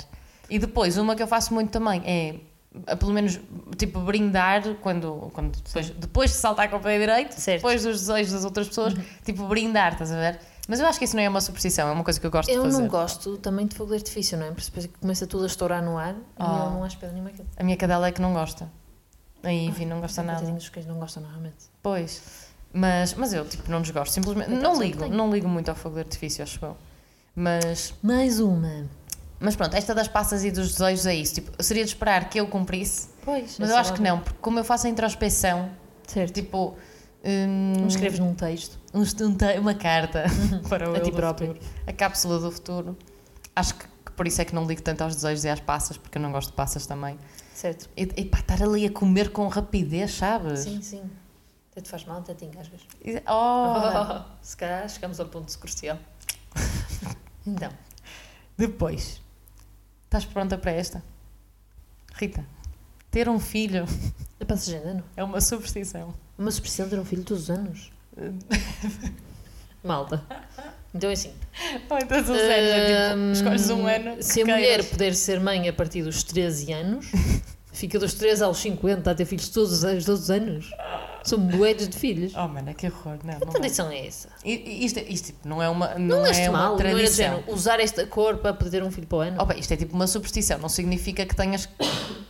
S2: E depois, uma que eu faço muito também é, a, pelo menos, tipo, brindar, quando, quando depois, depois de saltar com o pé direito,
S1: Certo.
S2: depois dos desejos das outras pessoas, tipo, brindar, estás a ver? Mas eu acho que isso não é uma superstição, é uma coisa que eu gosto
S1: Eu
S2: de fazer.
S1: não gosto também de fogo de artifício, não é? Porque depois começa tudo a estourar no ar
S2: Ah.
S1: e eu não acho pedra nenhuma aquilo.
S2: A minha cadela é que não gosta. A Ivy não gosta nada.
S1: Coitadinhos, os cães não gostam normalmente.
S2: Pois. Mas, mas eu, tipo, não desgosto. Simplesmente.
S1: Coitados,
S2: Não
S1: eu
S2: ligo.
S1: tenho.
S2: Não ligo muito ao fogo de artifício, acho eu. Mas,
S1: Mais uma.
S2: mas pronto, esta das passas e dos desejos é isso. Tipo, seria de esperar que eu cumprisse.
S1: Pois. é
S2: Mas eu acho que não, porque como eu faço a introspeção,
S1: Certo.
S2: tipo. hum,
S1: Não escreves num texto.
S2: um est- um te- uma carta para o
S1: Uhum. A
S2: eu
S1: ti
S2: do
S1: próprio.
S2: futuro, a cápsula do futuro. Acho que, que por isso é que não ligo tanto aos desejos e às passas, porque eu não gosto de passas também.
S1: Certo.
S2: E, e pá, estar ali a comer com rapidez, sabes?
S1: Sim, sim. Até te faz mal, até te engasgas. É
S2: E- Oh,
S1: se calhar chegamos ao ponto crucial. então,
S2: Depois. Estás pronta para esta? Rita, ter um filho
S1: a passagem de ano.
S2: é uma superstição.
S1: Uma superstição de ter um filho todos os anos. Malta. Então é assim.
S2: Ou então são séries, é tipo,
S1: Hum,
S2: escolhes um ano.
S1: Se a
S2: que
S1: mulher
S2: queiras.
S1: puder ser mãe a partir dos 13 anos, fica dos 13 aos 50 a ter filhos todos os anos, todos os anos. São moedas de filhos.
S2: Oh, mano, que horror. Não,
S1: Que
S2: não vai.
S1: tradição é essa?
S2: I- Isto, isto tipo, não é uma, não
S1: Não
S2: é
S1: leste
S2: uma
S1: mal, não era de
S2: tradição.
S1: género, usar esta cor para poder ter um filho para o ano.
S2: Oh, bem, isto é tipo uma superstição. Não significa que tenhas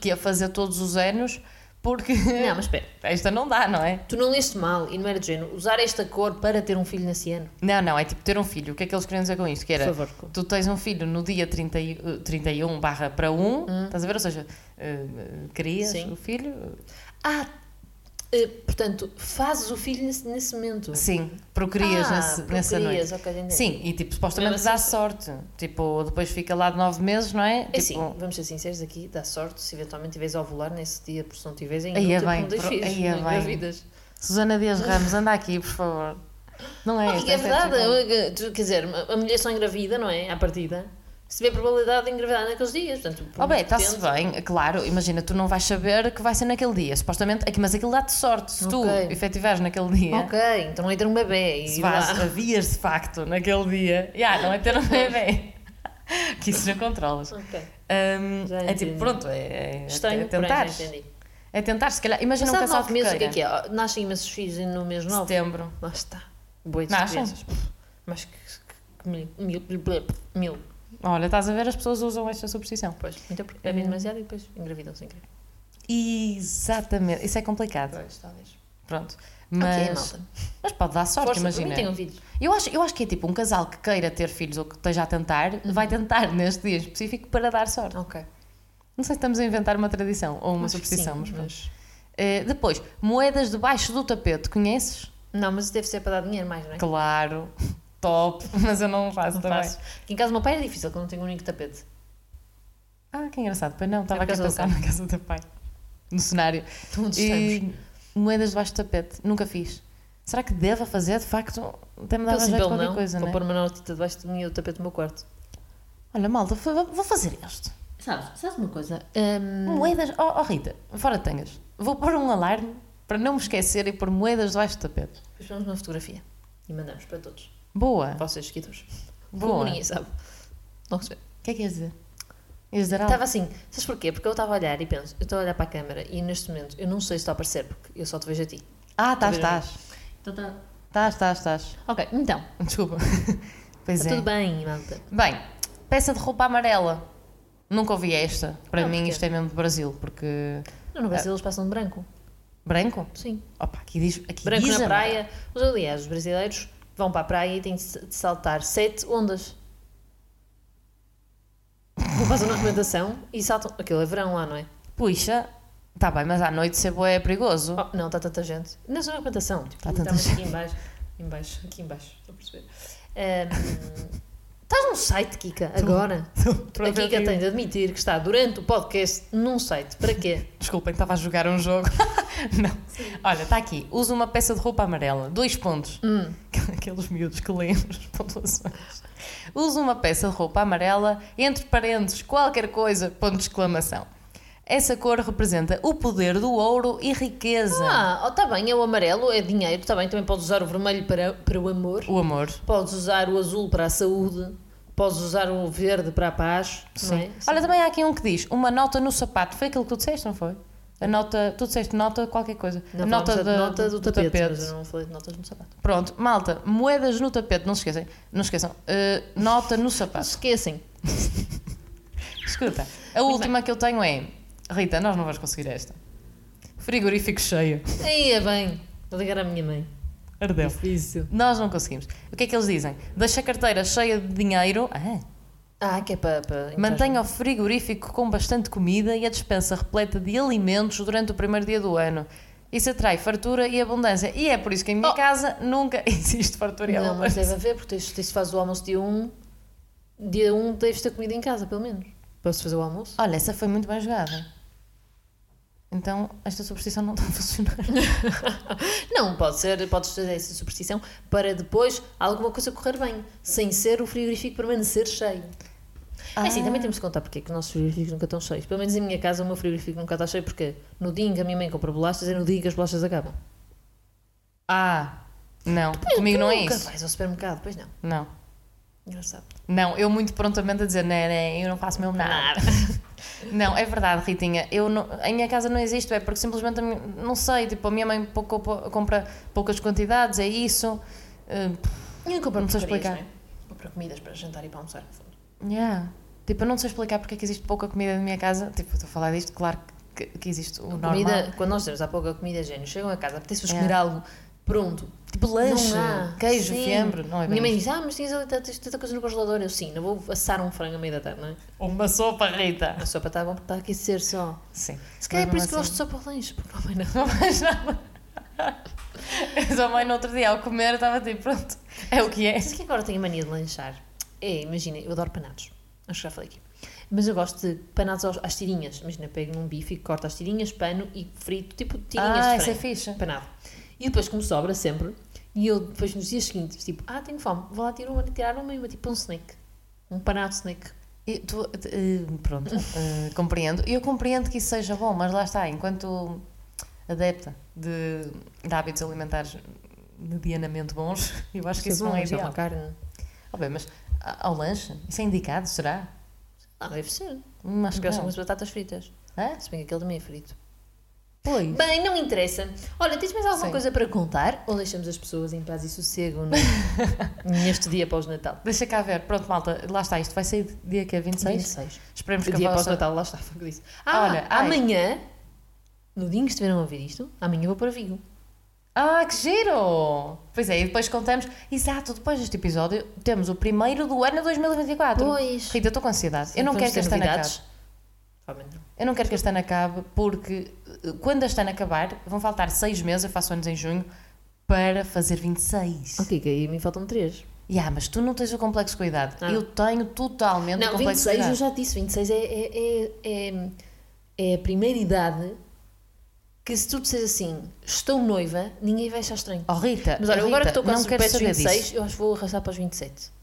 S2: que a fazer todos os anos, porque
S1: Não, mas espera,
S2: esta não dá, não é?
S1: tu não leste mal e não era de género, usar esta cor para ter um filho nesse ano.
S2: Não, não, é tipo ter um filho. O que é que eles queriam dizer com isto? Que era,
S1: Por favor, Cor.
S2: Tu tens um filho no dia 30, e- eh, 31 barra um,
S1: Hum.
S2: para 1, estás a ver? Ou seja, eh, eh, crias
S1: Sim.
S2: o filho.
S1: Ah, Eh, portanto, fazes o filho nesse, nesse momento.
S2: Sim, procrias
S1: Ah,
S2: nesse- nessa noite.
S1: procrias, ok, entendi.
S2: Sim, e tipo, supostamente
S1: Mesmo
S2: dá
S1: assim-
S2: sorte. Tipo, depois fica lá de nove meses, não é?
S1: É
S2: Tipo,
S1: assim, vamos ser sinceros aqui, dá sorte se eventualmente tiveres a ovular nesse dia, porque se não tiveres ainda
S2: Aí é
S1: não
S2: bem,
S1: não tens
S2: pro-
S1: filhos,
S2: aí é
S1: não
S2: bem.
S1: engravidas.
S2: Susana Dias Ramos, anda aqui, por favor. Não é
S1: Não,
S2: esta,
S1: é
S2: esta
S1: verdade,
S2: tipo-
S1: eu- tu- quer dizer, a mulher só engravida, não é? À partida. Se tiver probabilidade de engravidar naqueles dias, portanto... por
S2: Oh bem,
S1: muito
S2: está-se
S1: tempo-
S2: bem, claro, imagina, tu não vais saber que vai ser naquele dia, supostamente, aqui- mas aquilo dá-te sorte, se tu
S1: Ok.
S2: efetivares naquele dia,
S1: Ok, então não entra um bebê.
S2: é. se
S1: E
S2: vais,
S1: lá.
S2: havias de facto naquele dia, já, não é ter um bebê, que isso já controlas.
S1: Ok.
S2: Hum,
S1: Já
S2: é tipo,
S1: entendi.
S2: pronto, é, é,
S1: Estranho,
S2: é
S1: porém,
S2: tentar,
S1: já entendi.
S2: é tentar, se calhar, imagina um
S1: Passado
S2: casal de
S1: nove meses, o que é
S2: queira.
S1: que é? Nascem imensos filhos e no mês nove.
S2: Setembro.
S1: Lá está. Boas
S2: Nascem?
S1: crianças. Mas que, que- que mil, mil, mil, mil.
S2: Olha, estás a ver, as pessoas usam esta superstição.
S1: Pois, então porque bebem demasiado e depois engravidam sem querer.
S2: Exatamente, isso é complicado,
S1: Pois, talvez.
S2: pronto.
S1: Mas, ok,
S2: Mas,
S1: malta.
S2: mas pode dar sorte,
S1: Força,
S2: imagina.
S1: permitem um vídeo.
S2: Eu acho, eu acho que é tipo um casal que queira ter filhos ou que esteja a tentar,
S1: Uhum.
S2: vai tentar neste dia em específico para dar sorte.
S1: Ok.
S2: Não sei se estamos a inventar uma tradição ou uma
S1: Acho que
S2: superstição,
S1: sim,
S2: mas pronto. Eh, depois, moedas debaixo do tapete, conheces?
S1: Não, mas isso deve ser para dar dinheiro mais, não é?
S2: Claro, tá top, mas eu não faço
S1: Não
S2: também.
S1: faço. Aqui em casa do meu pai é difícil, que eu não tenho um único tapete.
S2: Ah, que engraçado, pois não, estava
S1: por
S2: aqui a
S1: causa do
S2: pensar na casa do teu pai, no cenário.
S1: Então, onde estamos?
S2: E moedas debaixo do tapete, nunca fiz. Será que deva fazer, de facto, até me dava
S1: Pelo sim,
S2: jeito
S1: pelo
S2: qualquer
S1: então não,
S2: coisa,
S1: vou
S2: né?
S1: pôr uma notita debaixo de mim e o tapete do meu quarto.
S2: Olha, malta, vou vou fazer este.
S1: Sabes, sabes uma coisa? Hum, Um
S2: Moedas. Oh, oh, Rita, fora de tangas. Vou pôr um alarme para não me esquecer e pôr moedas debaixo do tapete.
S1: Depois vamos uma fotografia e mandamos para todos.
S2: Boa.
S1: Para os seus seguidores. Como
S2: Ah. Boa.
S1: ninguém sabe. Não se vê.
S2: O que é que ias dizer? Ias dizer algo?
S1: Estava assim, sabes porquê? Porque eu estava a olhar e penso, eu estou a olhar para a câmara e neste momento eu não sei se está a aparecer porque eu só te vejo a ti.
S2: Ah, estás,
S1: Estava a
S2: estás.
S1: Então tá.
S2: Estás, estás, estás.
S1: Ok, então,
S2: Desculpa. Pois
S1: está
S2: é.
S1: Tá tudo bem, malta.
S2: Bem, peça de roupa amarela. Nunca ouvi esta. Para
S1: Não,
S2: mim,
S1: porquê?
S2: isto é mesmo do Brasil, porque.
S1: Não, no
S2: Ah.
S1: Brasil eles passam de branco.
S2: Branco?
S1: Sim.
S2: Opa, aqui diz. Aqui
S1: Branco
S2: diz
S1: na
S2: amarelo.
S1: praia. Os, aliás, os brasileiros vão para a praia e têm de s- de saltar sete ondas. Vou fazer uma recomendação e saltam. Aquilo é verão lá, não é?
S2: Puxa. Está bem, mas à noite ser boa é perigoso.
S1: Oh, não, está tanta gente. Não é só uma recomendação. Tipo,
S2: Tá tanta
S1: literalmente aqui embaixo. Embaixo, aqui embaixo, estou a perceber. Ahm, Estás num site, Kika, agora.
S2: Estou a
S1: A
S2: ver
S1: Kika
S2: aqui. um
S1: tem de admitir que está durante o podcast num site. Para quê?
S2: Desculpem, estava a jogar um jogo. não. Olha, está aqui. Usa uma peça de roupa amarela. Dois pontos.
S1: Hum.
S2: Aqueles miúdos que leem as pontuações. Usa uma peça de roupa amarela, entre parênteses, qualquer coisa, ponto de exclamação. Essa cor representa o poder do ouro e riqueza.
S1: Ah, está bem, é o amarelo, é dinheiro, está bem. Também podes usar o vermelho para, para o amor.
S2: O amor.
S1: Podes usar o azul para a saúde, podes usar o verde para a paz. Não é?
S2: Olha, também há aqui um que diz, uma nota no sapato. Foi aquilo que tu disseste, não foi? A nota, tu disseste nota qualquer coisa.
S1: Não
S2: a nota,
S1: falamos da
S2: da-
S1: nota do, tapete, mas eu não falei de notas no sapato.
S2: Pronto, malta, moedas no tapete, não se esquecem, não esqueçam, eh, nota no
S1: Não
S2: sapato.
S1: se esquecem.
S2: Escuta, a última que eu tenho é. Rita, nós não vais conseguir esta. Frigorífico cheio.
S1: Aí é bem. Vou ligar à minha mãe.
S2: Ardeu.
S1: Difícil.
S2: Nós não conseguimos. O que é que eles dizem? Deixa a carteira cheia de dinheiro. Ah,
S1: Ah, que é para. para
S2: mantenha o frigorífico com bastante comida e a despensa repleta de alimentos durante o primeiro dia do ano. Isso atrai fartura e abundância. E é por isso que em minha
S1: Oh.
S2: casa nunca existe fartura e
S1: Não, mas é
S2: abundância.
S1: deve haver, porque isto isto faz o almoço dia 1. Dia 1 deves ter comida em casa, pelo menos. Posso fazer o almoço?
S2: Olha, essa foi muito bem jogada. Então, esta superstição não está a funcionar.
S1: Não, pode ser, podes fazer essa superstição para depois alguma coisa correr bem, sem ser o frigorífico permanecer cheio. É assim,
S2: Ah.
S1: também temos que contar porque é que os nossos frigoríficos nunca estão cheios. Pelo menos em minha casa o meu frigorífico nunca está cheio porque no dia em que a minha mãe compra bolachas é no dia em que as bolachas acabam.
S2: Ah, não. Comigo não é
S1: nunca
S2: isso.
S1: vais ao supermercado, pois não.
S2: Não.
S1: Engraçado.
S2: Não, eu muito prontamente a dizer, não, não, eu não faço mesmo nada. Não, é verdade, Ritinha. Eu não, em minha casa não existe, é porque simplesmente, a minha- não sei, tipo, a minha mãe pouco- pou- compra poucas quantidades, é isso. Eh,
S1: Eu não compro
S2: Não sei
S1: porcarias,
S2: explicar.
S1: não é? Compro comidas para jantar e para almoçar, no fundo.
S2: yeah. Tipo, eu não sei explicar porque é que existe pouca comida na minha casa. Tipo, estou a falar disto, claro que, que existe o normal.
S1: Comida, quando nós temos há pouca comida, gente, chegam a casa, apetece-vos
S2: É.
S1: comer algo pronto.
S2: Tipo, lanche,
S1: Não há.
S2: queijo,
S1: Sim.
S2: fiambre, não é
S1: Minha mãe
S2: bem
S1: diz, ah, mas tens, ali tanta- tens tanta coisa no congelador. Eu, sim, não vou assar um frango à meia da tarde, não é? Ah,
S2: Uma sopa, Rita.
S1: A sopa está bom para aquecer só.
S2: Sim.
S1: Se calhar é por isso que eu
S2: Mas
S1: gosto de sopa ao lanche, porque não vai nada.
S2: não mais nada. A sua mãe no outro dia ao comer estava tipo, pronto, é o que é.
S1: Sabe que agora tenho mania de lanchar? É, imagina, eu adoro panados. Acho que já falei aqui. Mas eu gosto de panados aos- às tirinhas. Imagina, pego num bife, corto às tirinhas, pano e frito, tipo tirinhas
S2: Ah,
S1: de
S2: isso é
S1: frango.
S2: fixe.
S1: Panado. E depois, como sobra sempre, e eu depois nos dias seguintes, tipo, ah, tenho fome, vou lá tirar uma, tirar uma e uma, tipo um snack. Um panado snack.
S2: E tu, eh, pronto, eh, compreendo. Eu compreendo que isso seja bom, mas lá está, enquanto adepta de, de hábitos alimentares medianamente bons, eu acho que isso não é
S1: Mas
S2: ideal.
S1: um uma carne.
S2: Oh, bem, mas a- ao lanche, isso é indicado, será?
S1: Ah, deve ser.
S2: Hum, Acho
S1: Acho
S2: que
S1: que gostam
S2: não.
S1: muito de batatas fritas.
S2: Hã?
S1: Se bem que aquele também é frito.
S2: Pois.
S1: Bem, não interessa. Olha, tens mais alguma
S2: Sim.
S1: coisa para contar? Ou deixamos as pessoas em paz e sossego no- neste dia pós-Natal?
S2: Deixa cá ver. Pronto, malta, lá está, isto vai sair dia que é 26.
S1: 26.
S2: Esperemos que
S1: O
S2: a
S1: dia
S2: vossa...
S1: pós-Natal, lá está, foi o que disse. Ah,
S2: Olha,
S1: Olha,
S2: ai.
S1: amanhã, no dia em que estiveram a ouvir isto, amanhã eu vou para Vigo.
S2: Ah, que giro! Pois é, e depois contamos... Exato, depois deste episódio temos o primeiro do ano
S1: Ah, tá
S2: 2024.
S1: Pois.
S2: Rita, eu estou com ansiedade. eu não
S1: Vamos
S2: quero que
S1: ter
S2: esta ano acabe.
S1: novidades? Provavelmente não.
S2: Eu não quero que este ano acabe porque eh, quando este ano acabar, vão faltar seis meses, eu faço anos em junho, para fazer 26.
S1: Ok, que aí me faltam três.
S2: Yeah, mas tu não tens o complexo com a idade.
S1: Ah.
S2: Eu tenho totalmente o
S1: Não, 26
S2: complexo com a
S1: eu
S2: idade.
S1: já disse, 26 é, é, é, é, é a primeira idade que se tu disseres assim, estou noiva, ninguém vai achar estranho.
S2: Oh, Rita,
S1: Mas olha, eu agora que
S2: Rita,
S1: estou quase
S2: não quero
S1: perto dos
S2: saber
S1: 26,
S2: disso.
S1: eu acho que vou arrastar para os 27.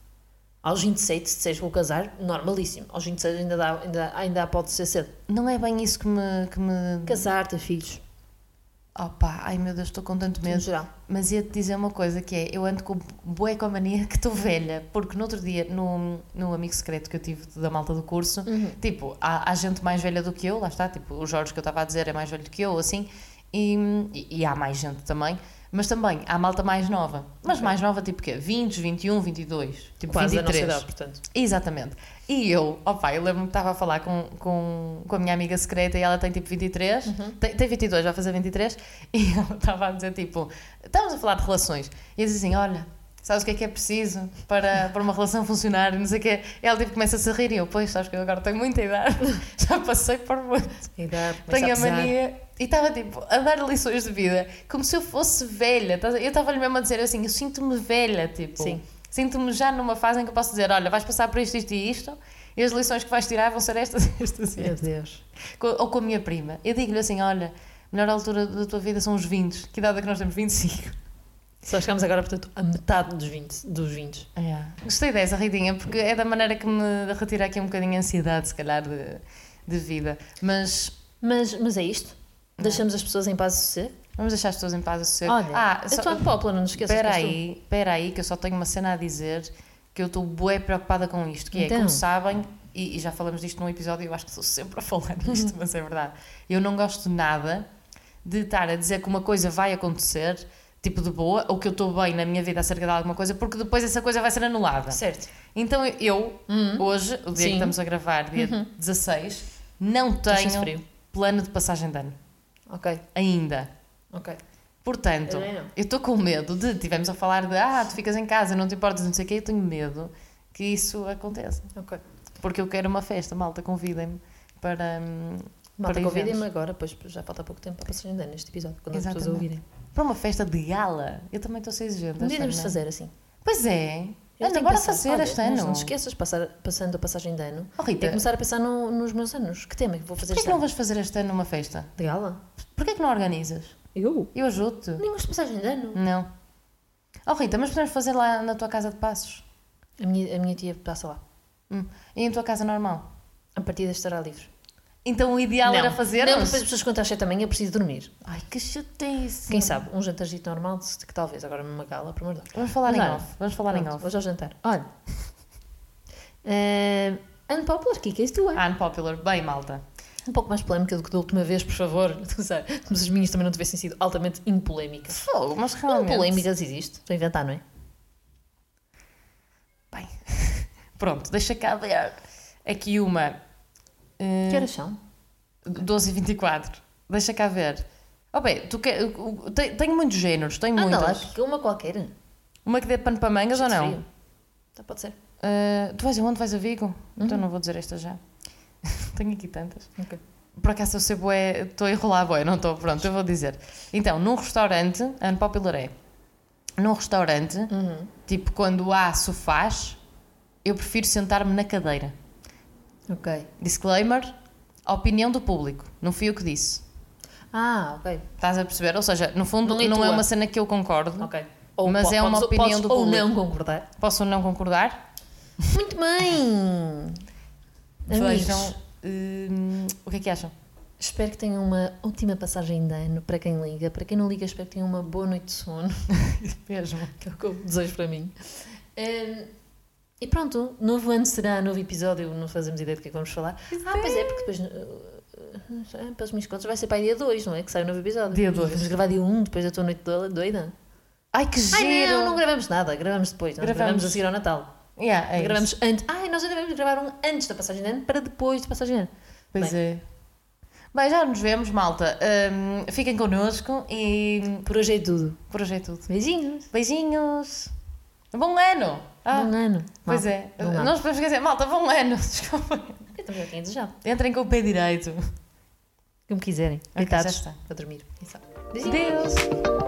S1: Aos 27, se disseres vou casar, normalíssimo. Aos 26 ainda, dá, ainda, ainda pode ser cedo.
S2: Não é bem isso que me... Que me...
S1: Casar, ter filhos,
S2: Opa, ai meu Deus, estou com tanto
S1: no
S2: medo.
S1: geral.
S2: Mas ia-te dizer uma coisa que é, eu ando com bué com a mania que estou velha, porque no outro dia, no, no amigo secreto que eu tive da malta do curso, tipo, há, há gente mais velha do que eu, lá está, tipo, o Jorge que eu estava a dizer é mais velho do que eu, assim, e, e, e há mais gente também, mas também há malta mais nova, mas mais nova tipo quê? 20, 21, 22, tipo
S1: Quase da nossa
S2: 23.
S1: idade, portanto.
S2: Exatamente. E eu, opa, eu lembro-me que estava a falar com, com, com a minha amiga secreta e ela tem tipo 23,
S1: Uhum.
S2: tem, tem 22, vai fazer 23, e eu estava a dizer tipo, estávamos a falar de relações, e eu disse assim, olha, sabes o que é que é preciso para, para uma relação funcionar, e não sei o quê, e ela tipo começa-se a rir, e eu, pois, sabes que eu agora tenho muita idade, já passei por muito,
S1: A idade começa
S2: tenho a
S1: pesar.
S2: mania, e estava tipo a dar lições de vida, como se eu fosse velha, estás a- eu estava-lhe mesmo a dizer assim, eu sinto-me velha, tipo...
S1: Sim.
S2: Sinto-me já numa fase em que eu posso dizer: olha, vais passar por isto, isto e isto, e as lições que vais tirar vão ser estas, estas e
S1: Meu
S2: estas.
S1: Deus.
S2: Co- Ou com a minha prima. Eu digo-lhe assim: olha, a melhor altura da tua vida são os 20. Que idade é que nós temos? 25.
S1: Só chegamos agora, portanto, a metade dos 20. Dos 20.
S2: Gostei dessa, Ritinha, porque é da maneira que me retira aqui um bocadinho a ansiedade, se calhar, de, de vida. Mas
S1: Mas, mas é isto?
S2: Hum.
S1: Deixamos as pessoas em paz e sossego?
S2: vamos deixar as pessoas em paz a sossego.
S1: Olha,
S2: Ah,
S1: a
S2: só-
S1: tua Popla, não nos esqueças.
S2: Espera
S1: que és tu.
S2: aí, espera aí, que eu só tenho uma cena a dizer que eu estou bué preocupada com isto, que é,
S1: Então.
S2: como sabem, e, e já falamos disto num episódio, eu acho que sou sempre a falar disto, mas é verdade. Eu não gosto nada de estar a dizer que uma coisa vai acontecer, tipo de boa, ou que eu estou bem na minha vida acerca de alguma coisa, porque depois essa coisa vai ser anulada.
S1: Certo.
S2: Então eu, hoje, o dia que
S1: Sim. Uhum.
S2: estamos a gravar, dia 16, não
S1: Deixa-se
S2: tenho
S1: frio.
S2: plano de passagem de ano,
S1: Ok,
S2: ainda.
S1: ok.
S2: Portanto,
S1: Eu também não.
S2: eu estou com medo de. Tivemos a falar de ah, tu ficas em casa, não te importas, não sei o quê. Eu tenho medo que isso aconteça.
S1: Ok.
S2: Porque eu quero uma festa, malta, convidem-me para. hum,
S1: Malta,
S2: para
S1: convidem-me
S2: eventos.
S1: agora, pois já falta pouco tempo para passarem de ano neste episódio, quando as pessoas
S2: Exatamente.
S1: ouvirem.
S2: Para uma festa de gala. Eu também estou a ser exigente.
S1: Não
S2: este ano,
S1: iremos
S2: não é?
S1: fazer assim.
S2: Pois é.
S1: Eu
S2: Anda,
S1: tenho
S2: bora
S1: pensado,
S2: fazer
S1: olha,
S2: este
S1: mas
S2: ano.
S1: Não te esqueças, passar, passando a passagem de ano,
S2: Oh, Rita,
S1: é começar a pensar no- nos meus anos. Que tema é que vou fazer
S2: porquê é
S1: este
S2: que não
S1: ano?
S2: vais fazer este ano uma festa?
S1: De gala?
S2: Porquê é que não organizas?
S1: Eu?
S2: Eu ajudo-te.
S1: Nem gosto de passagem de ano.
S2: Não. Oh, Rita, mas podemos fazer lá na tua casa de passos.
S1: A minha, a minha tia passa lá.
S2: Hum. E em tua casa normal.
S1: A partida estará livre.
S2: Então o ideal era fazer.
S1: Não, depois as pessoas contam às 7 da manhã, eu preciso dormir.
S2: Ai, que chatice.
S1: Quem sabe, um jantarzinho normal, de- que talvez, agora numa gala, por amor de Deus.
S2: Vamos falar em
S1: Não.
S2: off. Vamos falar em
S1: Pronto,
S2: off.
S1: Vou já jantar. Olha. Eh, unpopular, que é que és tu, é?
S2: Ah, Unpopular. Bem, malta.
S1: Um pouco mais polémica do que da última vez, por favor. Como se as minhas também não tivessem sido altamente impolémicas.
S2: Fogo, mas
S1: Não,
S2: realmente... Hum.
S1: polémicas existe. Estou a inventar, não é?
S2: Bem. Pronto, deixa cá ver. Aqui uma...
S1: Que
S2: Uh,
S1: horas são?
S2: 12 e 24. Deixa cá ver. Oh, bem, tu quer... o- o- tem- Tenho muitos géneros, tenho
S1: Anda lá,
S2: muitas.
S1: que uma qualquer.
S2: Uma que dê pano para mangas ou
S1: Cheio de
S2: não? Eh,
S1: frio. Tá, pode ser.
S2: Então Uh, tu vais aonde? Vais a Vigo? Então não vou dizer esta já. tenho aqui tantas.
S1: Ok.
S2: Por acaso eu sei bué, estou a enrolar bué, não estou, pronto, eu vou dizer. Então, num restaurante, unpopular é, num restaurante,
S1: Uhum.
S2: tipo quando há sofás, eu prefiro sentar-me na cadeira.
S1: Ok.
S2: Disclaimer, a opinião do público, não fui eu que disse.
S1: Ah, ok.
S2: Estás a perceber? Ou seja, no fundo
S1: Não é
S2: não, é
S1: tua.
S2: uma cena que eu concordo,
S1: Ok.
S2: Mas
S1: po-
S2: é uma
S1: podes-
S2: opinião
S1: podes
S2: do
S1: ou
S2: público.
S1: não concordar.
S2: posso não concordar.
S1: Muito bem! Amigos,
S2: Vejam, então, hum, o que é que acham?
S1: espero que tenham uma ótima passagem de ano para quem liga. Para quem não liga, espero que tenham uma boa noite de sono,
S2: Mesmo.
S1: que é o que eu desejo para mim. Hum, e pronto, novo ano será novo episódio, não fazemos ideia do que é que vamos falar. Ah, pois é, porque depois, uh, uh, pelos meus contos, vai ser para aí dia 2, não é? Que sai o novo episódio.
S2: Dia dois.
S1: Vamos gravar dia 1, um, depois da tua noite do- doida.
S2: Ai, que giro!
S1: Ai não, não gravamos nada, gravamos depois. Nós
S2: Gravamos.
S1: gravamos, a seguir ao Natal.
S2: Yeah, é
S1: gravamos antes. Ai, nós ainda vamos gravar um antes da passagem de ano para depois da passagem de ano.
S2: isso. Pois é. Bem, já nos vemos, malta. Hum, fiquem connosco e hum,
S1: Por hoje é tudo.
S2: por hoje é tudo.
S1: Beijinhos.
S2: Beijinhos! Bom ano! Ah,
S1: Bom ano.
S2: pois
S1: Malta,
S2: é.
S1: bom ano.
S2: Nós podemos esquecer. Malta, bom ano! Desculpa.
S1: Eu também já tinha desejado.
S2: Entrem com o pé direito.
S1: Como quiserem.
S2: já
S1: Deitados.
S2: está.
S1: a dormir. Exato.
S2: Deus.